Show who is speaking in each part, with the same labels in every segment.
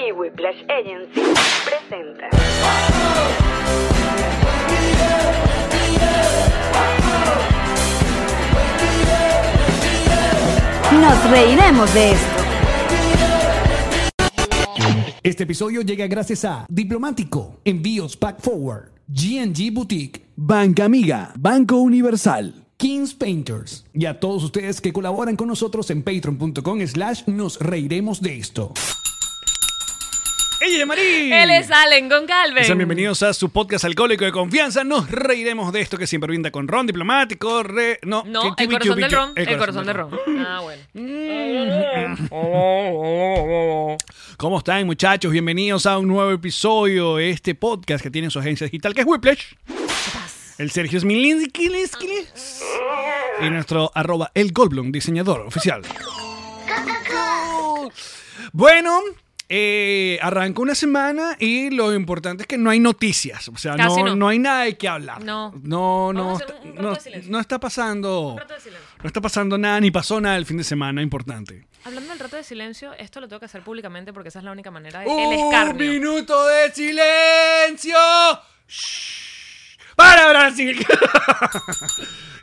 Speaker 1: y Whiplash Agency presenta
Speaker 2: Nos reiremos de esto.
Speaker 3: Este episodio llega gracias a Diplomático, Envíos Pack Forward, GNG Boutique, Banca Amiga, Banco Universal, Kings Painters y a todos ustedes que colaboran con nosotros en patreon.com slash nos reiremos de esto.
Speaker 4: ¡Ella es Marí!
Speaker 5: Él es Allen Goncalves.
Speaker 4: Sean bienvenidos a su podcast alcohólico de confianza. Nos reiremos de esto que siempre brinda con ron diplomático, re... No,
Speaker 5: No,
Speaker 4: que-
Speaker 5: el
Speaker 4: que-
Speaker 5: corazón
Speaker 4: que-
Speaker 5: del
Speaker 4: que-
Speaker 5: ron. El corazón del ron. Ah, bueno.
Speaker 4: ¿Cómo están, muchachos? Bienvenidos a un nuevo episodio de este podcast que tiene su agencia digital, que es Whiplash. El Sergio Smilinski y nuestro arroba el Goldblum, diseñador oficial. Bueno, eh, arranca una semana y lo importante es que no hay noticias. O sea,
Speaker 5: Casi
Speaker 4: no,
Speaker 5: no.
Speaker 4: no hay nada de qué hablar.
Speaker 5: No.
Speaker 4: No, no,
Speaker 5: Vamos a
Speaker 4: está-
Speaker 5: hacer un rato
Speaker 4: no,
Speaker 5: de silencio.
Speaker 4: no está pasando.
Speaker 5: rato de silencio.
Speaker 4: No está pasando nada, ni pasó nada el fin de semana importante.
Speaker 5: Hablando del rato de silencio, esto lo tengo que hacer públicamente porque esa es la única manera de el
Speaker 4: ¡Un
Speaker 5: escarnio.
Speaker 4: minuto de silencio! Shh. ¡Para Brasil!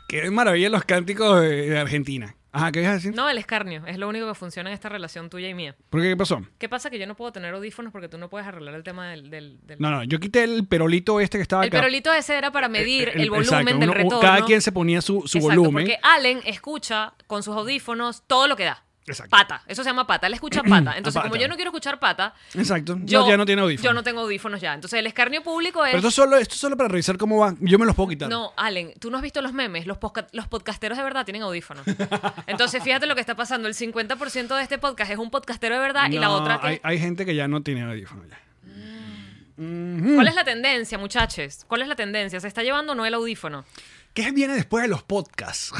Speaker 4: ¡Qué maravilla los cánticos de, de Argentina! Ajá, ¿qué ibas a decir?
Speaker 5: No, el escarnio. Es lo único que funciona en esta relación tuya y mía.
Speaker 4: ¿Por qué? ¿Qué pasó?
Speaker 5: ¿Qué pasa? Que yo no puedo tener audífonos porque tú no puedes arreglar el tema del... del, del-
Speaker 4: No, no, yo quité el perolito este que estaba
Speaker 5: el
Speaker 4: acá. Eh,
Speaker 5: perolito ese era para medir el, volumen
Speaker 4: exacto,
Speaker 5: del
Speaker 4: uno- u-
Speaker 5: retorno.
Speaker 4: Cada quien se ponía su, su
Speaker 5: Exacto,
Speaker 4: volumen.
Speaker 5: Porque Allen escucha con sus audífonos todo lo que da.
Speaker 4: Exacto.
Speaker 5: Pata. Eso se llama pata. Él escucha pata. Entonces, como
Speaker 4: Pata.
Speaker 5: yo no quiero escuchar pata,
Speaker 4: Exacto.
Speaker 5: yo
Speaker 4: no, ya no tiene audífonos.
Speaker 5: Yo no tengo audífonos ya. Entonces, el escarnio público es...
Speaker 4: Pero esto solo, esto solo para revisar cómo va. Yo me los puedo quitar.
Speaker 5: No, Allen, tú no has visto los memes. Los, posca- los podcasteros de verdad tienen audífonos. Entonces, fíjate lo que está pasando. El 50% de este podcast es un podcastero de verdad y la
Speaker 4: No, ah.
Speaker 5: otra.
Speaker 4: Hay,
Speaker 5: tiene-
Speaker 4: hay gente que ya no tiene audífonos. ya.
Speaker 5: ¿Cuál es la tendencia, muchachos? ¿Cuál es la tendencia? ¿Se está llevando o no el audífono?
Speaker 4: ¿Qué viene después de los podcasts?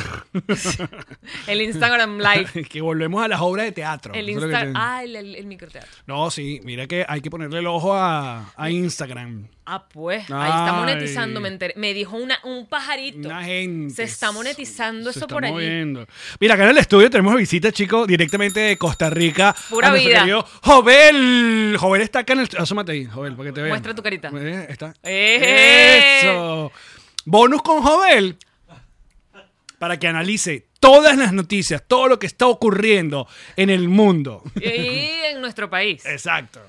Speaker 5: El Instagram Live.
Speaker 4: que volvemos a las obras de teatro.
Speaker 5: El
Speaker 4: Eso es lo que
Speaker 5: Instagram.
Speaker 4: te-
Speaker 5: Ah, el, el- el microteatro.
Speaker 4: No, sí, mira que hay que ponerle el ojo a, a Instagram.
Speaker 5: Ah, pues. Ahí está
Speaker 4: Ay.
Speaker 5: monetizando. Me, enteré. Me dijo una, un pajarito.
Speaker 4: Una gente.
Speaker 5: Se está monetizando
Speaker 4: Se
Speaker 5: eso
Speaker 4: está
Speaker 5: por allí.
Speaker 4: moviendo. Mira, acá en el estudio tenemos visita, chicos, directamente de Costa Rica.
Speaker 5: Pura
Speaker 4: a nuestro
Speaker 5: vida.
Speaker 4: querido Jovel. Jovel está acá en el. Asómate ahí, Jovel, para que te vean.
Speaker 5: Muestra tu carita.
Speaker 4: Eh, está.
Speaker 5: ¡Eh!
Speaker 4: Eso. Bonus con Jovel. Para que analice todas las noticias, todo lo que está ocurriendo en el mundo.
Speaker 5: Y en nuestro país.
Speaker 4: Exacto.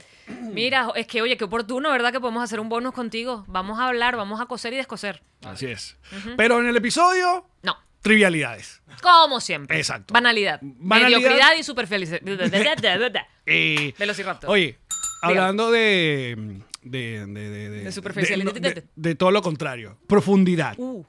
Speaker 5: Mira, es que, oye, qué oportuno, ¿verdad? Que podemos hacer un bonus contigo. Vamos a hablar, vamos a coser y descoser.
Speaker 4: Así es. Pero en el episodio,
Speaker 5: No.
Speaker 4: trivialidades.
Speaker 5: Como siempre.
Speaker 4: Exacto.
Speaker 5: Banalidad.
Speaker 4: Banalidad.
Speaker 5: Mediocridad y superfelicidad.
Speaker 4: Eh,
Speaker 5: Velociraptor.
Speaker 4: Oye, hablando de. De, de, de, de-
Speaker 5: De superficialidad.
Speaker 4: De, de- de todo lo contrario. Profundidad.
Speaker 5: Uh,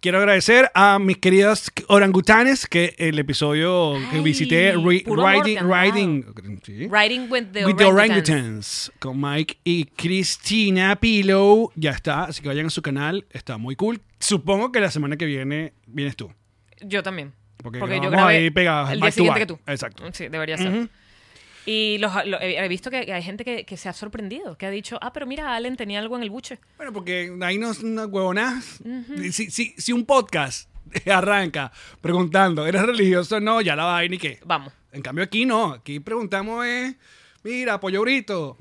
Speaker 4: Quiero agradecer a mis queridas orangutanes que el episodio que
Speaker 5: Ay,
Speaker 4: visité, re-
Speaker 5: puro amor
Speaker 4: Riding,
Speaker 5: te han dado.
Speaker 4: Riding, sí.
Speaker 5: Riding with the
Speaker 4: With the
Speaker 5: Orangutans.
Speaker 4: Orangutans, con Mike y Cristina Pillow. Ya está, así que vayan a su canal, está muy cool. Supongo que la semana que viene vienes tú.
Speaker 5: Yo también.
Speaker 4: Porque
Speaker 5: Porque,
Speaker 4: grabamos
Speaker 5: yo grabé
Speaker 4: ahí pegadas,
Speaker 5: el
Speaker 4: back
Speaker 5: día
Speaker 4: to
Speaker 5: siguiente que
Speaker 4: back.
Speaker 5: tú.
Speaker 4: Exacto.
Speaker 5: Sí, debería ser. Y los, lo- he he visto que hay gente que, que se ha sorprendido, que ha dicho, ah, pero mira, Allen tenía algo en el buche.
Speaker 4: Bueno, porque ahí no es una huevonadas. si, si- si un podcast arranca preguntando, ¿eres religioso? o No, ya la vaina y qué.
Speaker 5: Vamos.
Speaker 4: En cambio aquí no, aquí preguntamos es, mira, pollo grito.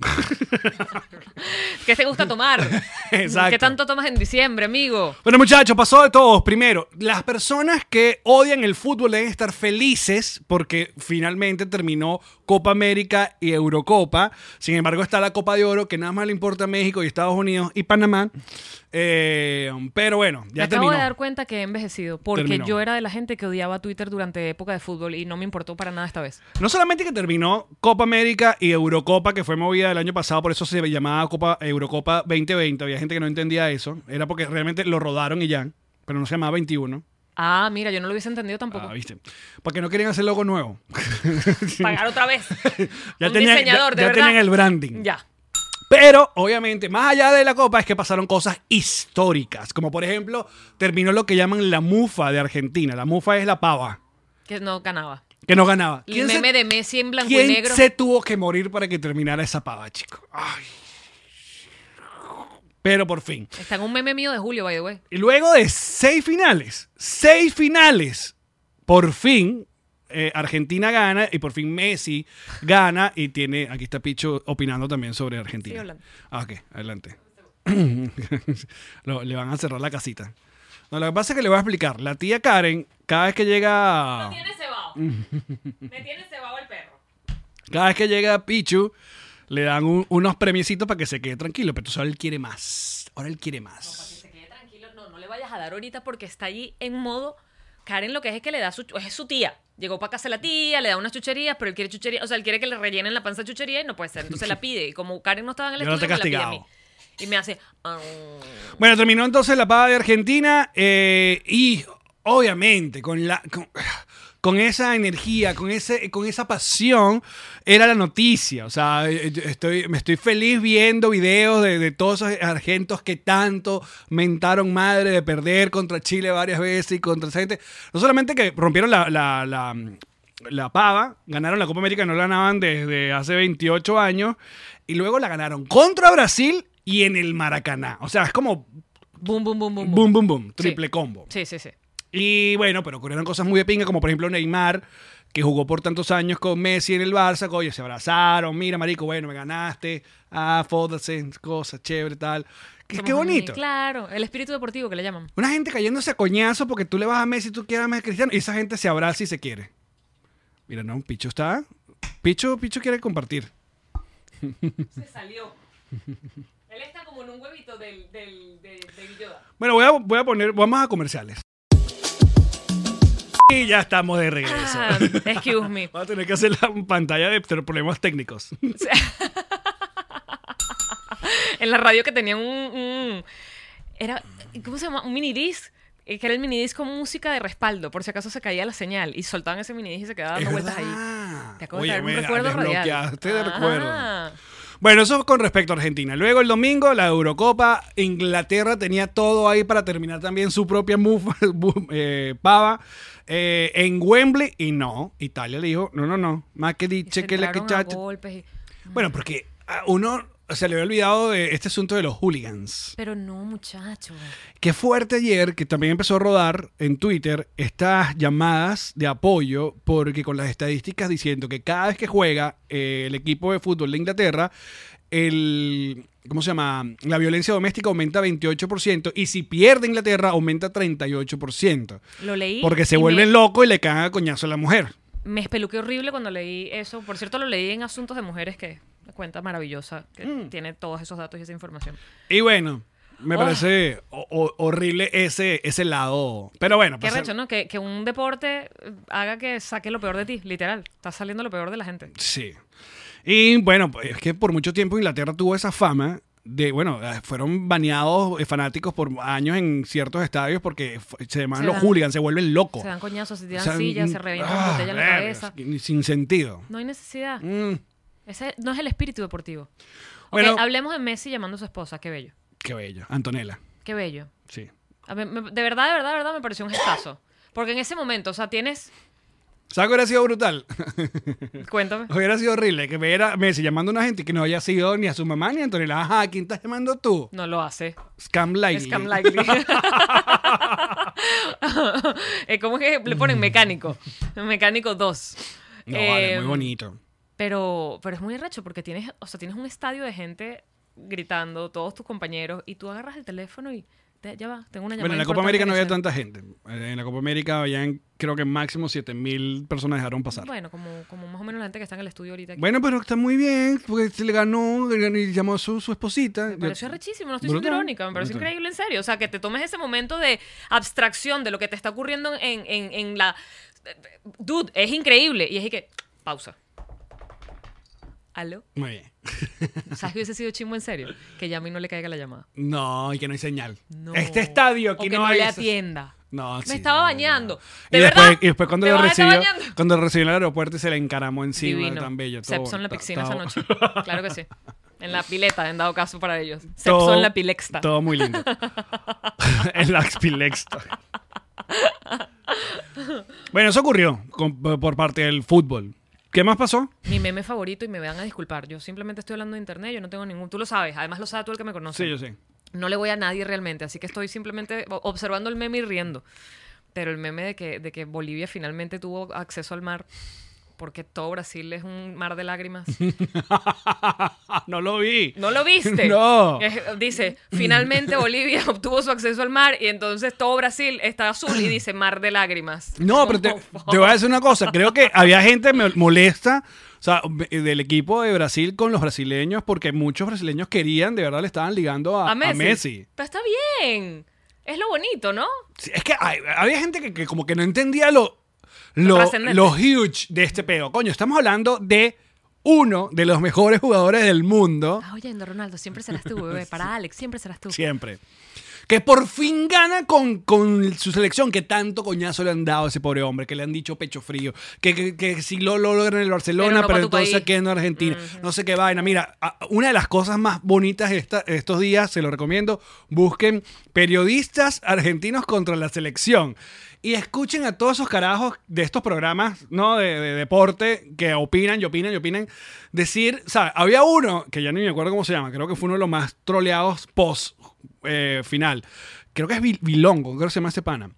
Speaker 5: ¿Qué te gusta tomar?
Speaker 4: Exacto.
Speaker 5: ¿Qué tanto tomas en diciembre, amigo?
Speaker 4: Bueno, muchachos, pasó de todos. Primero, las personas que odian el fútbol deben estar felices porque finalmente terminó Copa América y Eurocopa. Sin embargo, está la Copa de Oro, que nada más le importa a México y Estados Unidos y Panamá. Eh, pero bueno, ya
Speaker 5: me acabo
Speaker 4: terminó.
Speaker 5: de dar cuenta que he envejecido porque
Speaker 4: Terminó.
Speaker 5: yo era de la gente que odiaba Twitter durante época de fútbol y no me importó para nada esta vez.
Speaker 4: No solamente que terminó Copa América y Eurocopa, que fue movida el año pasado, por eso se llamaba Copa Eurocopa 2020. Había gente que no entendía eso. Era porque realmente lo rodaron y ya, pero no se llamaba 21.
Speaker 5: Ah, mira, yo no lo hubiese entendido tampoco.
Speaker 4: Ah, ¿viste? Porque no querían hacer logo nuevo.
Speaker 5: Pagar otra vez.
Speaker 4: Ya
Speaker 5: Un
Speaker 4: tenían-
Speaker 5: diseñador,
Speaker 4: ya-
Speaker 5: de
Speaker 4: ya
Speaker 5: verdad.
Speaker 4: tenían el branding.
Speaker 5: Ya.
Speaker 4: Pero, obviamente, más allá de la copa es que pasaron cosas históricas. Como por ejemplo, terminó lo que llaman la mufa de Argentina. La mufa es la pava,
Speaker 5: Que no ganaba.
Speaker 4: que no ganaba.
Speaker 5: El
Speaker 4: se-
Speaker 5: meme de Messi en blanco y
Speaker 4: quién
Speaker 5: negro.
Speaker 4: se tuvo que morir para que terminara esa pava, chico? Ay. Pero por fin.
Speaker 5: Está en un meme mío de Julio, by the way.
Speaker 4: Y luego de seis finales, seis finales, por fin eh, Argentina gana y por fin Messi gana y tiene, aquí está Picho opinando también sobre Argentina.
Speaker 5: Sigue hablando.
Speaker 4: Ah, ok, adelante. Lo- le van a cerrar la casita. No, lo que pasa es que le voy a explicar. La tía Karen, cada vez que llega...
Speaker 5: cebado. Me tiene cebado el perro.
Speaker 4: Cada vez que llega Pichu, le dan un- unos premiecitos para que se quede tranquilo. Pero tú sabes, él quiere más. Ahora él quiere más.
Speaker 5: Se quede tranquilo. No, no le vayas a dar ahorita porque está allí en modo. Karen lo que es es que le da su. Es su tía. Llegó para casa la tía, le da unas chucherías, pero él quiere chucherías. O sea, él quiere que le rellenen la panza de chuchería y no puede ser. Entonces la pide. Y como Karen no estaba en el
Speaker 4: Yo no te
Speaker 5: estudio,
Speaker 4: he
Speaker 5: me la pide a mí.
Speaker 4: castigado.
Speaker 5: Y me hace. "Ah, "Arr".
Speaker 4: Bueno, terminó entonces la paga de Argentina. eh, y obviamente, con la. Con, con esa energía, con, ese, con esa pasión, era la noticia. O sea, eh, yo estoy, me estoy feliz viendo videos de, de todos esos argentos que tanto mentaron madre de perder contra Chile varias veces y contra esa gente. No solamente que rompieron la- la- la la Pava, ganaron la Copa América, no la ganaban desde hace 28 años, y luego la ganaron contra Brasil y en el Maracaná. O sea, es como
Speaker 5: Boom, boom, boom, boom.
Speaker 4: boom, boom, boom, triple
Speaker 5: Sí.
Speaker 4: combo.
Speaker 5: Sí, sí, sí.
Speaker 4: Y bueno, pero ocurrieron cosas muy de pinga, como por ejemplo Neymar, que jugó por tantos años con Messi en el Barça, que, oye, se abrazaron, mira, marico, bueno, me ganaste, ah, fódase, cosas chévere, tal. Qué,
Speaker 5: Somos
Speaker 4: qué
Speaker 5: amigos.
Speaker 4: bonito.
Speaker 5: Claro, el espíritu deportivo que le llaman.
Speaker 4: Una gente cayéndose a coñazo porque tú le vas a Messi, tú quieres a Messi Cristiano, y esa gente se abraza y se quiere. Mira, no, Picho está. Picho, Picho quiere compartir.
Speaker 5: Se salió. Él está como en un huevito del, del, de Guilloda.
Speaker 4: Bueno, voy a, voy a poner, vamos a comerciales. Y ya estamos de regreso.
Speaker 5: Ah, excuse me.
Speaker 4: Voy a tener que hacer la pantalla de problemas técnicos.
Speaker 5: En la radio que tenían un, un- era ¿cómo se llama? Un minidisc eh, que era el minidisc con música de respaldo, por si acaso se caía la señal y soltaban ese minidisc y se quedaba dando vueltas ahí. Te acabo de
Speaker 4: Oye,
Speaker 5: traer un
Speaker 4: mira,
Speaker 5: recuerdo Ah. radial.
Speaker 4: desbloqueaste de
Speaker 5: Ajá.
Speaker 4: recuerdo. Bueno, eso con respecto a Argentina. Luego el domingo, la Eurocopa, Inglaterra tenía todo ahí para terminar también su propia mufa- bu- eh, pava eh, en Wembley. Y no, Italia le dijo, no, no, no, más que
Speaker 5: Y
Speaker 4: dice
Speaker 5: se
Speaker 4: que la que
Speaker 5: entraron a
Speaker 4: chacha.
Speaker 5: golpes y-
Speaker 4: Bueno, porque a uno se le había olvidado de este asunto de los hooligans.
Speaker 5: Pero no, muchacho.
Speaker 4: Qué fuerte ayer que también empezó a rodar en Twitter estas llamadas de apoyo, porque con las estadísticas diciendo que cada vez que juega eh, el equipo de fútbol de Inglaterra, el, ¿cómo se llama? La violencia doméstica aumenta 28% y si pierde Inglaterra aumenta 38%.
Speaker 5: Lo leí.
Speaker 4: Porque se
Speaker 5: y
Speaker 4: vuelven
Speaker 5: me,
Speaker 4: loco y le cagan a coñazo a la mujer.
Speaker 5: Me espeluqué horrible cuando leí eso. Por cierto, lo leí en Asuntos de Mujeres, que es una cuenta maravillosa, que
Speaker 4: Mm.
Speaker 5: tiene todos esos datos y esa información.
Speaker 4: Y bueno, me
Speaker 5: Oh.
Speaker 4: parece ho- ho- horrible ese, ese lado. Pero bueno,
Speaker 5: Qué
Speaker 4: pasa-
Speaker 5: recho, ¿no? Que, que un deporte eh, haga que saque lo peor de ti, literal. Está saliendo lo peor de la gente.
Speaker 4: Sí. Y bueno, pues, es que por mucho tiempo Inglaterra tuvo esa fama de, bueno, eh, fueron baneados eh, fanáticos por años en ciertos estadios porque fu- se llaman
Speaker 5: Se
Speaker 4: los
Speaker 5: dan-
Speaker 4: hooligans, se vuelven locos.
Speaker 5: Se dan coñazos, se
Speaker 4: O
Speaker 5: tiran
Speaker 4: sea,
Speaker 5: sillas,
Speaker 4: mm,
Speaker 5: se revientan
Speaker 4: ah,
Speaker 5: botellas en la
Speaker 4: verga,
Speaker 5: cabeza.
Speaker 4: es que ni- Sin sentido.
Speaker 5: No hay necesidad.
Speaker 4: Mm,
Speaker 5: Ese no es el espíritu deportivo. Ok,
Speaker 4: Bueno.
Speaker 5: hablemos de Messi llamando a su esposa. Qué bello.
Speaker 4: qué bello. Antonella,
Speaker 5: Qué bello.
Speaker 4: sí.
Speaker 5: A ver, me- de verdad, de verdad, de verdad me pareció un gestazo. Porque en ese momento, o sea, tienes.
Speaker 4: ¿Sabes qué hubiera sido brutal?
Speaker 5: Cuéntame.
Speaker 4: hubiera sido horrible que me era Messi llamando a una gente que no haya sido ni a su mamá ni a Antonella. Ajá, ¿a quién estás llamando tú?
Speaker 5: No lo hace.
Speaker 4: Scam Lightly.
Speaker 5: Scam likely. Eh, ¿Cómo es que le ponen mecánico? Mecánico 2.
Speaker 4: No, vale,
Speaker 5: Eh,
Speaker 4: muy bonito.
Speaker 5: Pero, pero es muy recho porque tienes, o sea, tienes un estadio de gente gritando, todos tus compañeros, y tú agarras el teléfono y te- ya va, tengo una llamada.
Speaker 4: Bueno, en la Copa
Speaker 5: importante
Speaker 4: América no
Speaker 5: que
Speaker 4: había
Speaker 5: hacer.
Speaker 4: tanta gente. Eh, En la Copa América habían, creo que máximo 7000 personas dejaron pasar. Bueno,
Speaker 5: Bueno, como, como más o menos la gente que está en el estudio ahorita. aquí.
Speaker 4: pero está muy bien, porque se le ganó, le ganó y llamó a su, su esposita.
Speaker 5: me pareció rechísimo, no estoy
Speaker 4: Brutal,
Speaker 5: siendo irónica, me pareció
Speaker 4: brutal.
Speaker 5: increíble, en serio. O sea, que te tomes ese momento de abstracción de lo que te está ocurriendo en, en, en la... Dude, es increíble. Y es así que, pausa. ¿Aló?
Speaker 4: Muy bien.
Speaker 5: ¿Sabes que hubiese sido chingo en serio? Que llame y no le caiga la llamada.
Speaker 4: No, y que no hay señal.
Speaker 5: No.
Speaker 4: Este estadio,
Speaker 5: O
Speaker 4: aquí
Speaker 5: que
Speaker 4: no
Speaker 5: no
Speaker 4: hay.
Speaker 5: le
Speaker 4: esas-
Speaker 5: atienda.
Speaker 4: No, sí,
Speaker 5: Me estaba
Speaker 4: no,
Speaker 5: bañando.
Speaker 4: no.
Speaker 5: ¿De
Speaker 4: y,
Speaker 5: verdad?
Speaker 4: después, y después cuando
Speaker 5: ¿De
Speaker 4: lo
Speaker 5: verdad te
Speaker 4: recibió,
Speaker 5: bañando?
Speaker 4: cuando lo recibió en el aeropuerto y se le encaramó encima,
Speaker 5: Divino.
Speaker 4: tan bello. todo
Speaker 5: Sepso en la
Speaker 4: bonito,
Speaker 5: piscina esa
Speaker 4: todo-
Speaker 5: noche. Claro que sí. En la pileta, en dado caso para ellos.
Speaker 4: todo-
Speaker 5: Sepso en la pilexta.
Speaker 4: Todo muy lindo. en la pilexta. bueno, eso ocurrió con- por parte del fútbol. ¿Qué más pasó?
Speaker 5: Mi meme favorito, y me van a disculpar, yo simplemente estoy hablando de internet, yo no tengo ningún... Tú lo sabes, además lo sabe tú el que me conoce.
Speaker 4: Sí, yo sé.
Speaker 5: No le voy a nadie realmente, así que estoy simplemente o- observando el meme y riendo. Pero el meme de que, de que Bolivia finalmente tuvo acceso al mar, porque todo Brasil es un mar de lágrimas.
Speaker 4: Ah, no lo vi.
Speaker 5: ¿No lo viste?
Speaker 4: No.
Speaker 5: Es- dice, finalmente Bolivia obtuvo su acceso al mar y entonces todo Brasil está azul y dice mar de lágrimas.
Speaker 4: No, pero te,
Speaker 5: Como,
Speaker 4: te voy a decir una cosa. Creo que había gente me- molesta o sea, me- del equipo de Brasil con los brasileños porque muchos brasileños querían, de verdad, le estaban ligando a,
Speaker 5: A Messi.
Speaker 4: A Messi.
Speaker 5: Pero está bien. Es lo bonito, ¿no?
Speaker 4: Sí, es que hay- había gente que, que como que no entendía lo, lo,
Speaker 5: trascendente.
Speaker 4: lo huge de este peo. Coño, estamos hablando de uno de los mejores jugadores del mundo,
Speaker 5: Ah, oyendo, Ronaldo, siempre serás tú, bebé. Para Alex, siempre serás tú.
Speaker 4: siempre. Que por fin gana con, con su selección, que tanto coñazo le han dado a ese pobre hombre, que le han dicho pecho frío, que, que, que si lo, lo logra en el Barcelona,
Speaker 5: Pero no
Speaker 4: pero,
Speaker 5: pa' tu
Speaker 4: entonces
Speaker 5: país.
Speaker 4: que en Argentina. No sé qué vaina. Mira, a- una de las cosas más bonitas esta- estos días, se lo recomiendo, busquen periodistas argentinos contra la selección. Y escuchen a todos esos carajos de estos programas, ¿no? De, de deporte, que opinan y opinan y opinan. Decir, ¿sabes? Había uno, que ya ni me acuerdo cómo se llama, creo que fue uno de los más troleados post eh, final. Creo que es Vil- Vilongo, creo que se llama ese pana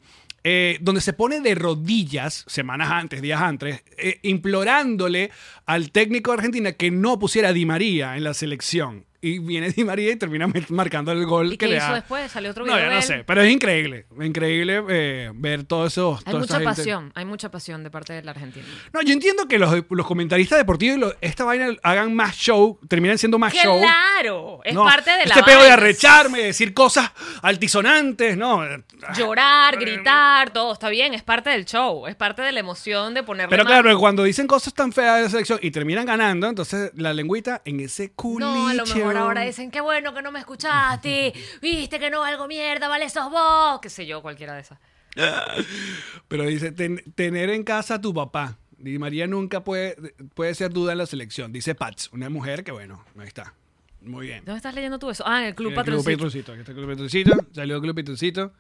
Speaker 4: eh, donde se pone de rodillas semanas antes, días antes, eh, implorándole al técnico de Argentina que no pusiera a Di María en la selección. Y viene Di María y termina met- marcando el gol
Speaker 5: ¿Y
Speaker 4: que
Speaker 5: qué
Speaker 4: le
Speaker 5: hizo
Speaker 4: da.
Speaker 5: después? ¿Salió otro
Speaker 4: No,
Speaker 5: video
Speaker 4: ya
Speaker 5: de
Speaker 4: no
Speaker 5: él?
Speaker 4: sé, pero es increíble, increíble eh, ver todos esos...
Speaker 5: Hay
Speaker 4: toda esa
Speaker 5: mucha
Speaker 4: gente.
Speaker 5: pasión, hay mucha pasión de parte de la Argentina.
Speaker 4: No, yo entiendo que los, los comentaristas deportivos y los- esta vaina hagan más show, terminan siendo más Ah, show.
Speaker 5: ¡Claro! Es
Speaker 4: No,
Speaker 5: parte de la
Speaker 4: Este peo de
Speaker 5: vaina.
Speaker 4: arrecharme, decir cosas altisonantes, no. eh,
Speaker 5: Llorar, gritar, todo está bien, es parte del show, es parte de la emoción de ponerle
Speaker 4: Pero
Speaker 5: más-
Speaker 4: claro, cuando dicen cosas tan feas de la selección y terminan ganando, entonces la lengüita en ese culicho.
Speaker 5: No, a lo mejor ahora dicen, qué bueno que no me escuchaste, viste que no algo mierda, vale sos vos, qué sé yo, cualquiera de esas.
Speaker 4: Pero dice, "Ten- tener en casa a tu papá. Di María nunca puede, puede ser duda en la selección. Dice Pats, una mujer que bueno, ahí está. Muy bien.
Speaker 5: ¿Dónde estás leyendo tú eso? Ah, en el Club
Speaker 4: El Club
Speaker 5: Patroncito.
Speaker 4: Patroncito. Aquí está el Club Patroncito. Salió el Club Patroncito.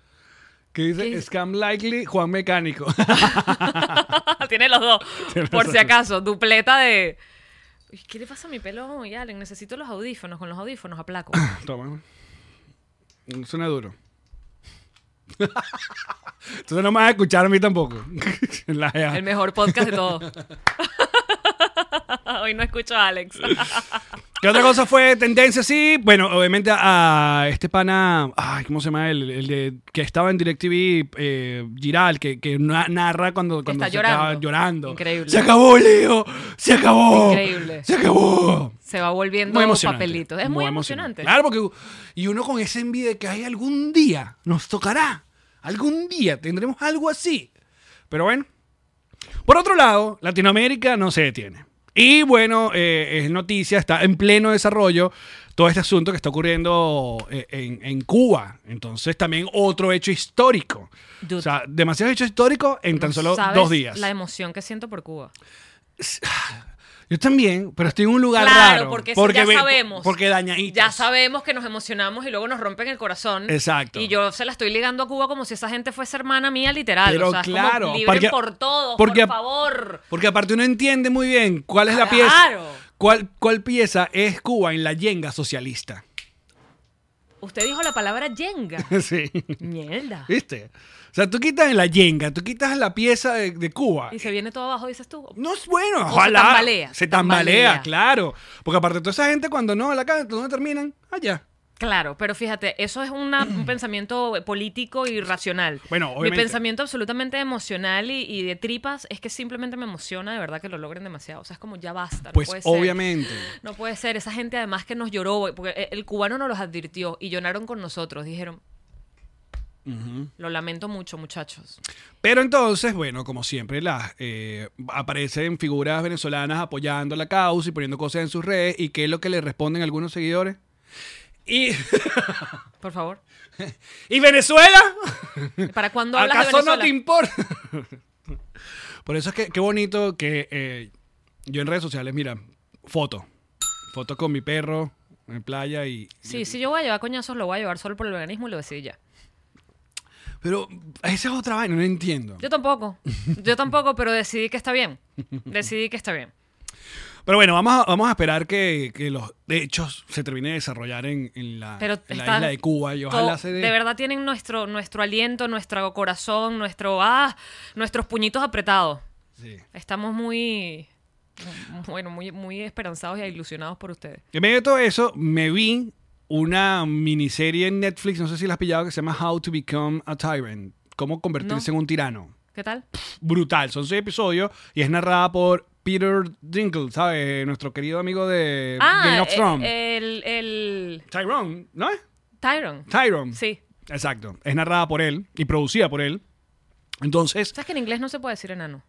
Speaker 4: Que dice,
Speaker 5: ¿Qué?
Speaker 4: Scam Likely, Juan Mecánico.
Speaker 5: Tiene Ah, los dos,
Speaker 4: Tiene
Speaker 5: por
Speaker 4: los
Speaker 5: si
Speaker 4: dos.
Speaker 5: acaso, dupleta de... Uy, ¿Qué le pasa a mi pelo hoy, Allen? Necesito los audífonos, con los audífonos aplaco.
Speaker 4: Toma. Suena duro. Entonces no me vas a escuchar a mí tampoco. La-
Speaker 5: El mejor podcast de todos. Hoy no escucho a Alex.
Speaker 4: ¿Qué otra cosa fue tendencia? Sí, bueno, obviamente a este pana, ay, ¿cómo se llama él? El de- que estaba en DirecTV, eh, Giral, que, que na- narra cuando, cuando
Speaker 5: está
Speaker 4: se acaba-
Speaker 5: llorando.
Speaker 4: llorando.
Speaker 5: Increíble.
Speaker 4: Se acabó, Leo. Se acabó.
Speaker 5: Increíble.
Speaker 4: Se acabó.
Speaker 5: Se va volviendo
Speaker 4: Muy emocionante.
Speaker 5: papelitos. Es muy, emocionante.
Speaker 4: Claro, porque y uno con esa envidia de que hay algún día nos tocará. Algún día tendremos algo así. Pero bueno, por otro lado, Latinoamérica no se detiene. Y bueno, eh, es noticia, está en pleno desarrollo todo este asunto que está ocurriendo eh, en, en Cuba. Entonces también otro hecho histórico.
Speaker 5: Dude.
Speaker 4: O sea, demasiados hechos históricos en tan
Speaker 5: No
Speaker 4: solo
Speaker 5: sabes
Speaker 4: dos días.
Speaker 5: La em- emoción que siento por Cuba.
Speaker 4: Yo también, pero estoy en un lugar
Speaker 5: Claro,
Speaker 4: raro.
Speaker 5: porque eso ya
Speaker 4: ve-
Speaker 5: sabemos.
Speaker 4: Porque dañaditos.
Speaker 5: Ya sabemos que nos emocionamos y luego nos rompen el corazón.
Speaker 4: Exacto.
Speaker 5: Y yo se la estoy ligando a Cuba como si esa gente fuese hermana mía, literal.
Speaker 4: Pero
Speaker 5: o sea, es como,
Speaker 4: claro,
Speaker 5: libren
Speaker 4: porque-
Speaker 5: por todos,
Speaker 4: porque-
Speaker 5: por favor.
Speaker 4: Porque aparte uno entiende muy bien cuál es la
Speaker 5: Claro.
Speaker 4: pieza. Cuál, cuál pieza es Cuba en la yenga socialista.
Speaker 5: Usted dijo la palabra yenga.
Speaker 4: Sí.
Speaker 5: Mierda.
Speaker 4: ¿Viste? O sea, tú quitas en la yenga, tú quitas la pieza de, de Cuba.
Speaker 5: Y se viene todo abajo, dices tú.
Speaker 4: No es bueno,
Speaker 5: se
Speaker 4: ojalá.
Speaker 5: tambalea,
Speaker 4: Se
Speaker 5: se
Speaker 4: tambalea,
Speaker 5: tambalea.
Speaker 4: claro. Porque aparte toda esa gente cuando no la cagan, ¿dónde terminan? Allá.
Speaker 5: Claro, pero fíjate, eso es una- un pensamiento político y racional.
Speaker 4: Bueno,
Speaker 5: Mi
Speaker 4: obviamente.
Speaker 5: pensamiento absolutamente emocional y, y de tripas es que simplemente me emociona de verdad que lo logren demasiado. O sea, es como ya basta. no
Speaker 4: Pues
Speaker 5: puede ser.
Speaker 4: obviamente.
Speaker 5: No puede ser. Esa gente además que nos lloró, porque eh, el cubano nos los advirtió y lloraron con nosotros. Dijeron, lo lamento mucho, muchachos.
Speaker 4: Pero entonces, bueno, como siempre, las eh, aparecen figuras venezolanas apoyando la causa y poniendo cosas en sus redes. ¿Y qué es lo que le responden algunos seguidores? Y,
Speaker 5: Por favor. eh,
Speaker 4: y Venezuela.
Speaker 5: ¿Para cuándo hablas de
Speaker 4: ¿Acaso
Speaker 5: Venezuela?
Speaker 4: no te importa? Por eso es que qué bonito que eh, yo en redes sociales, mira, foto. Foto con mi perro en playa y...
Speaker 5: Sí, sí, yo voy a llevar coñazos, lo voy a llevar solo por el veganismo y lo decidí ya.
Speaker 4: Pero esa es otra vaina, no entiendo.
Speaker 5: Yo tampoco. Yo tampoco, pero decidí que está bien. Decidí que está bien.
Speaker 4: Pero bueno, vamos a, vamos a esperar que, que los hechos se terminen de desarrollar en, en la,
Speaker 5: Pero
Speaker 4: Ah, en la
Speaker 5: está
Speaker 4: isla de Cuba y ojalá
Speaker 5: todo-
Speaker 4: se dé.
Speaker 5: De verdad tienen nuestro, nuestro aliento, nuestro corazón, nuestro ah, nuestros puñitos apretados.
Speaker 4: Sí.
Speaker 5: Estamos muy bueno, muy, muy esperanzados y ilusionados por ustedes.
Speaker 4: En medio de todo eso, me vi una miniserie en Netflix, no sé si la has pillado, que se llama How to Become a Tyrant. Cómo convertirse
Speaker 5: No.
Speaker 4: en un tirano.
Speaker 5: ¿Qué tal?
Speaker 4: Brutal. Son seis episodios y es narrada por Peter Dinkle, ¿sabes? Nuestro querido amigo de Game of
Speaker 5: eh,
Speaker 4: Thrones.
Speaker 5: el, el
Speaker 4: Tyrone, ¿no es?
Speaker 5: Tyron.
Speaker 4: Tyrone.
Speaker 5: Sí.
Speaker 4: Exacto. Es narrada por él y producida por él. Entonces,
Speaker 5: ¿Sabes que en inglés no se puede decir enano?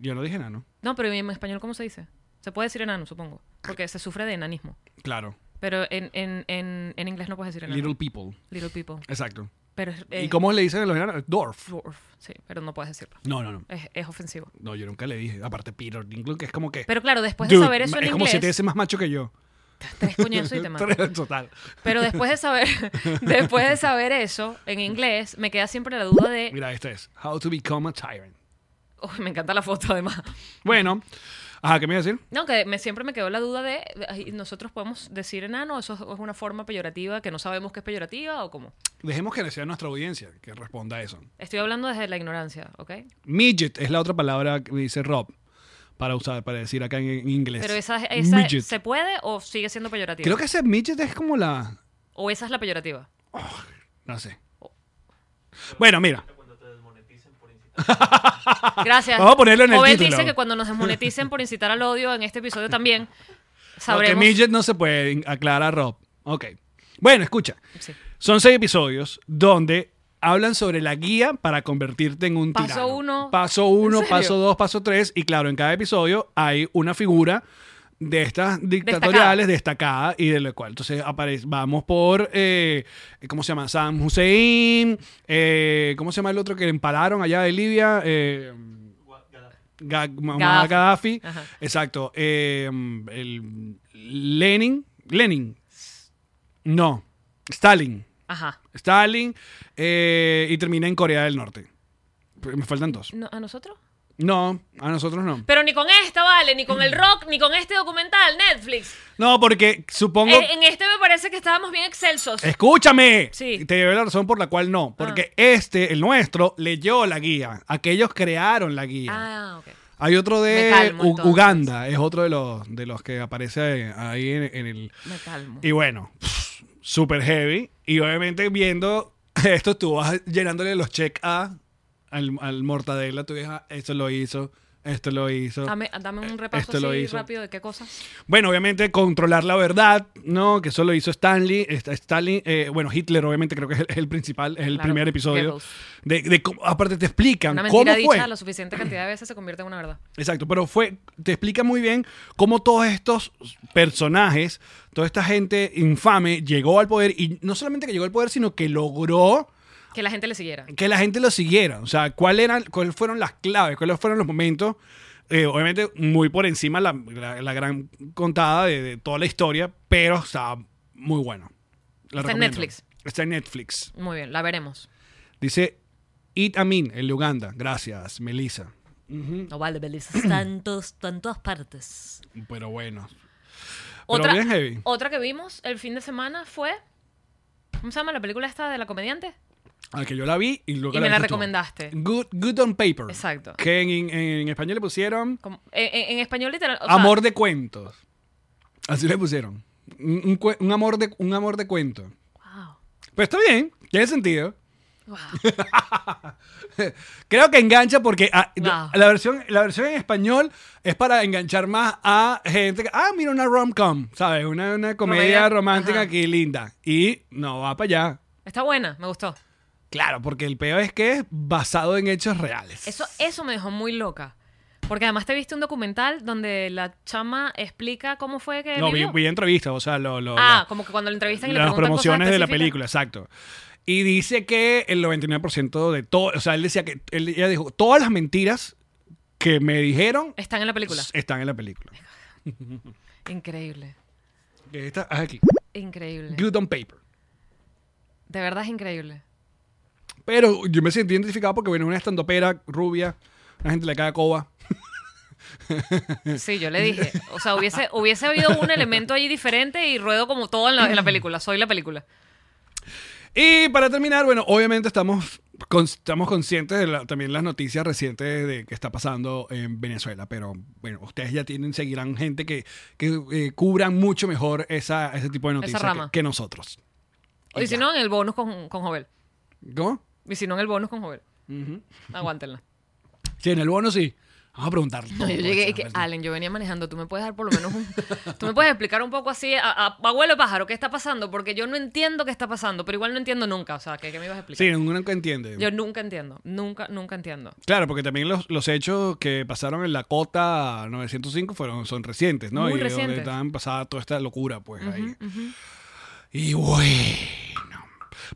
Speaker 4: yo no dije nada, ¿no?
Speaker 5: No, pero en español ¿cómo se dice? Se puede decir enano, supongo, porque se sufre de enanismo.
Speaker 4: Claro.
Speaker 5: Pero en, en, en, en inglés no puedes decir enano.
Speaker 4: Little People.
Speaker 5: Little people.
Speaker 4: Exacto.
Speaker 5: Pero es-
Speaker 4: ¿Y
Speaker 5: eh,
Speaker 4: cómo le dicen a los enanos? Dwarf.
Speaker 5: dwarf, sí, pero no puedes decirlo.
Speaker 4: No, no, no.
Speaker 5: Es, es ofensivo.
Speaker 4: No, yo nunca le dije. Aparte, Peter Dinkle, que es como que.
Speaker 5: Pero claro, después de
Speaker 4: Dude,
Speaker 5: saber eso en
Speaker 4: es como
Speaker 5: inglés,
Speaker 4: siete veces más macho que yo.
Speaker 5: tres coñazos y te mato.
Speaker 4: Total.
Speaker 5: Pero después de saber, después de saber eso en inglés, me queda siempre la duda de,
Speaker 4: Mira, este es How to Become a Tyrant.
Speaker 5: Uy, me encanta la foto además.
Speaker 4: Bueno, ajá, ¿qué me ibas a decir?
Speaker 5: No, que me, siempre me quedó la duda de, ay, nosotros podemos decir enano, eso es es una forma peyorativa que no sabemos que es peyorativa o cómo.
Speaker 4: Dejemos que le sea nuestra audiencia que responda a eso.
Speaker 5: Estoy hablando desde la ignorancia, ¿ok?
Speaker 4: Midget es la otra palabra que dice Rob para usar, para decir acá en, en inglés.
Speaker 5: Pero esa, esa
Speaker 4: midget.
Speaker 5: ¿se puede o sigue siendo peyorativa?
Speaker 4: Creo que ese midget es como la.
Speaker 5: O esa es la peyorativa.
Speaker 4: No sé. Bueno, mira.
Speaker 5: Gracias.
Speaker 4: Vamos a ponerlo en el
Speaker 5: Jovel
Speaker 4: título.
Speaker 5: dice que cuando nos desmoneticen por incitar al odio en este episodio también,
Speaker 4: Porque
Speaker 5: sabremos.
Speaker 4: midget no se puede, aclara Rob. Ok. Bueno, escucha.
Speaker 5: Sí.
Speaker 4: Son seis episodios donde hablan sobre la guía para convertirte en un
Speaker 5: Paso
Speaker 4: tirano.
Speaker 5: uno.
Speaker 4: Paso uno,
Speaker 5: serio?
Speaker 4: paso dos, paso tres. Y claro, en cada episodio hay una figura de estas dictatoriales destacada, y de lo cual entonces aparece vamos por eh, ¿cómo se llama? Sam Hussein eh, ¿cómo se llama el otro que empalaron allá de Libia? Eh, Ga- Muammar Gaddafi,
Speaker 5: Gaddafi. Ajá.
Speaker 4: exacto eh, el Lenin Lenin no Stalin
Speaker 5: Ajá.
Speaker 4: Stalin eh, y termina en Corea del Norte. Pero Me faltan dos.
Speaker 5: No, ¿A nosotros?
Speaker 4: No, a nosotros no.
Speaker 5: Pero ni con esta, vale, ni con
Speaker 4: Mm.
Speaker 5: el rock, ni con este documental, Netflix.
Speaker 4: No, porque supongo.
Speaker 5: Eh, en este me parece que estábamos bien excelsos.
Speaker 4: ¡Escúchame!
Speaker 5: Sí. Ah.
Speaker 4: Te llevé la razón por la cual no. Porque este, el nuestro, leyó la guía. Aquellos crearon la guía.
Speaker 5: Ah, ok.
Speaker 4: Hay otro de
Speaker 5: Me calmo,
Speaker 4: U-
Speaker 5: entonces.
Speaker 4: Uganda, es otro de los, de los que aparece ahí en, en el...
Speaker 5: Me calmo.
Speaker 4: Y bueno, super heavy. Y obviamente viendo esto, tú vas llenándole los check a al, al mortadela, tu vieja, esto lo hizo, esto lo hizo.
Speaker 5: Dame, dame un repaso
Speaker 4: Este lo
Speaker 5: así
Speaker 4: hizo.
Speaker 5: rápido de qué cosas.
Speaker 4: Bueno, obviamente controlar la verdad, ¿no? Que eso lo hizo Stanley. Est- Stalin, eh, bueno, Hitler obviamente creo que es el, el principal, es el
Speaker 5: Claro,
Speaker 4: primer episodio.
Speaker 5: Goebbels.
Speaker 4: De, de cómo- aparte te explican
Speaker 5: Una
Speaker 4: cómo
Speaker 5: mentira
Speaker 4: fue.
Speaker 5: dicha la suficiente cantidad de veces se convierte en una verdad.
Speaker 4: Exacto, pero fue, te explica muy bien cómo todos estos personajes, toda esta gente infame llegó al poder y no solamente que llegó al poder, sino que logró
Speaker 5: Que la gente le siguiera.
Speaker 4: que la gente lo siguiera. O sea, ¿cuál eran, cuáles fueron las claves, cuáles fueron los momentos. Eh, obviamente, muy por encima la, la- la gran contada de, de toda la historia, pero está muy bueno. La
Speaker 5: Está en
Speaker 4: recomiendo.
Speaker 5: Netflix.
Speaker 4: Está en Netflix.
Speaker 5: Muy bien, la veremos.
Speaker 4: Dice It Amin, el de Uganda. Gracias, Melissa. Mm.
Speaker 5: No vale, Belisa. Tantos, tantas partes.
Speaker 4: Pero bueno. Pero
Speaker 5: Otra,
Speaker 4: bien heavy.
Speaker 5: otra que vimos el fin de semana fue. ¿Cómo se llama la película esta de la comediante?
Speaker 4: Al que yo la vi y luego
Speaker 5: Y me la
Speaker 4: viste tú.
Speaker 5: recomendaste.
Speaker 4: Good, Good on Paper.
Speaker 5: Exacto.
Speaker 4: Que en, en- en español le pusieron
Speaker 5: Como- en, en- en español literal. o sea,
Speaker 4: Amor de cuentos. Así le pusieron. Un, un cue- un amor de, un amor de cuentos.
Speaker 5: wow,
Speaker 4: Pero está bien, tiene sentido.
Speaker 5: wow.
Speaker 4: Creo que engancha porque ah, yo-
Speaker 5: Wow.
Speaker 4: la, versión, la versión en español es para enganchar más a gente que, ah, mira una rom-com, ¿sabes? Una, una comedia
Speaker 5: Comedia,
Speaker 4: romántica
Speaker 5: ajá.
Speaker 4: aquí linda. Y no va para allá.
Speaker 5: Está buena, me gustó.
Speaker 4: Claro, porque el peor es que es basado en hechos reales.
Speaker 5: Eso, eso me dejó muy loca. Porque además te viste un documental donde la chama explica cómo fue que
Speaker 4: No, vi,
Speaker 5: vivió.
Speaker 4: vi entrevistas, o sea, lo, lo-
Speaker 5: ah,
Speaker 4: lo-
Speaker 5: como que cuando lo entrevistan y le
Speaker 4: las
Speaker 5: preguntan cosas
Speaker 4: promociones de la
Speaker 5: específicas.
Speaker 4: película, exacto. Y dice que el 99% de todo, o sea, él decía que, él, ella dijo, todas las mentiras que me dijeron
Speaker 5: Están en la película. Oh
Speaker 4: están en la película.
Speaker 5: Increíble.
Speaker 4: Que Esta, haz aquí.
Speaker 5: Increíble.
Speaker 4: Good on paper.
Speaker 5: De verdad es increíble.
Speaker 4: Pero yo me sentí identificado porque viene una estandopera rubia, una gente le cae coba. Eh.
Speaker 5: Sí, yo le dije. O sea, hubiese, hubiese habido un elemento allí diferente y ruedo como todo en la, en la película. Soy la película.
Speaker 4: Y para terminar, bueno, obviamente estamos, con- estamos conscientes de la- también las noticias recientes de que está pasando en Venezuela, pero bueno, ustedes ya tienen, seguirán gente que, que eh, cubran mucho mejor esa, ese tipo de noticias que,
Speaker 5: rama.
Speaker 4: que nosotros.
Speaker 5: Y si no, en el bonus con, con Jovel.
Speaker 4: ¿Cómo?
Speaker 5: Y si no, en el bonus con Jovel. Aguántenla.
Speaker 4: Sí, en el bono sí. Vamos a preguntar.
Speaker 5: No,
Speaker 4: todo,
Speaker 5: yo llegué y
Speaker 4: sí,
Speaker 5: que,
Speaker 4: ¿verdad?
Speaker 5: Allen, yo venía manejando, tú me puedes dar por lo menos un... Tú me puedes explicar un poco así, a, a- abuelo pájaro, ¿qué está pasando? Porque yo no entiendo qué está pasando, pero igual no entiendo nunca, o sea, ¿qué, qué me ibas a explicar?
Speaker 4: Sí, uno nunca entiende.
Speaker 5: Yo nunca entiendo, nunca, nunca entiendo.
Speaker 4: Claro, porque también los, los hechos que pasaron en la cota 905 fueron, son recientes, ¿no? y
Speaker 5: Muy
Speaker 4: donde
Speaker 5: recientes.
Speaker 4: estaban pasada toda esta locura, pues, ahí. Y bueno.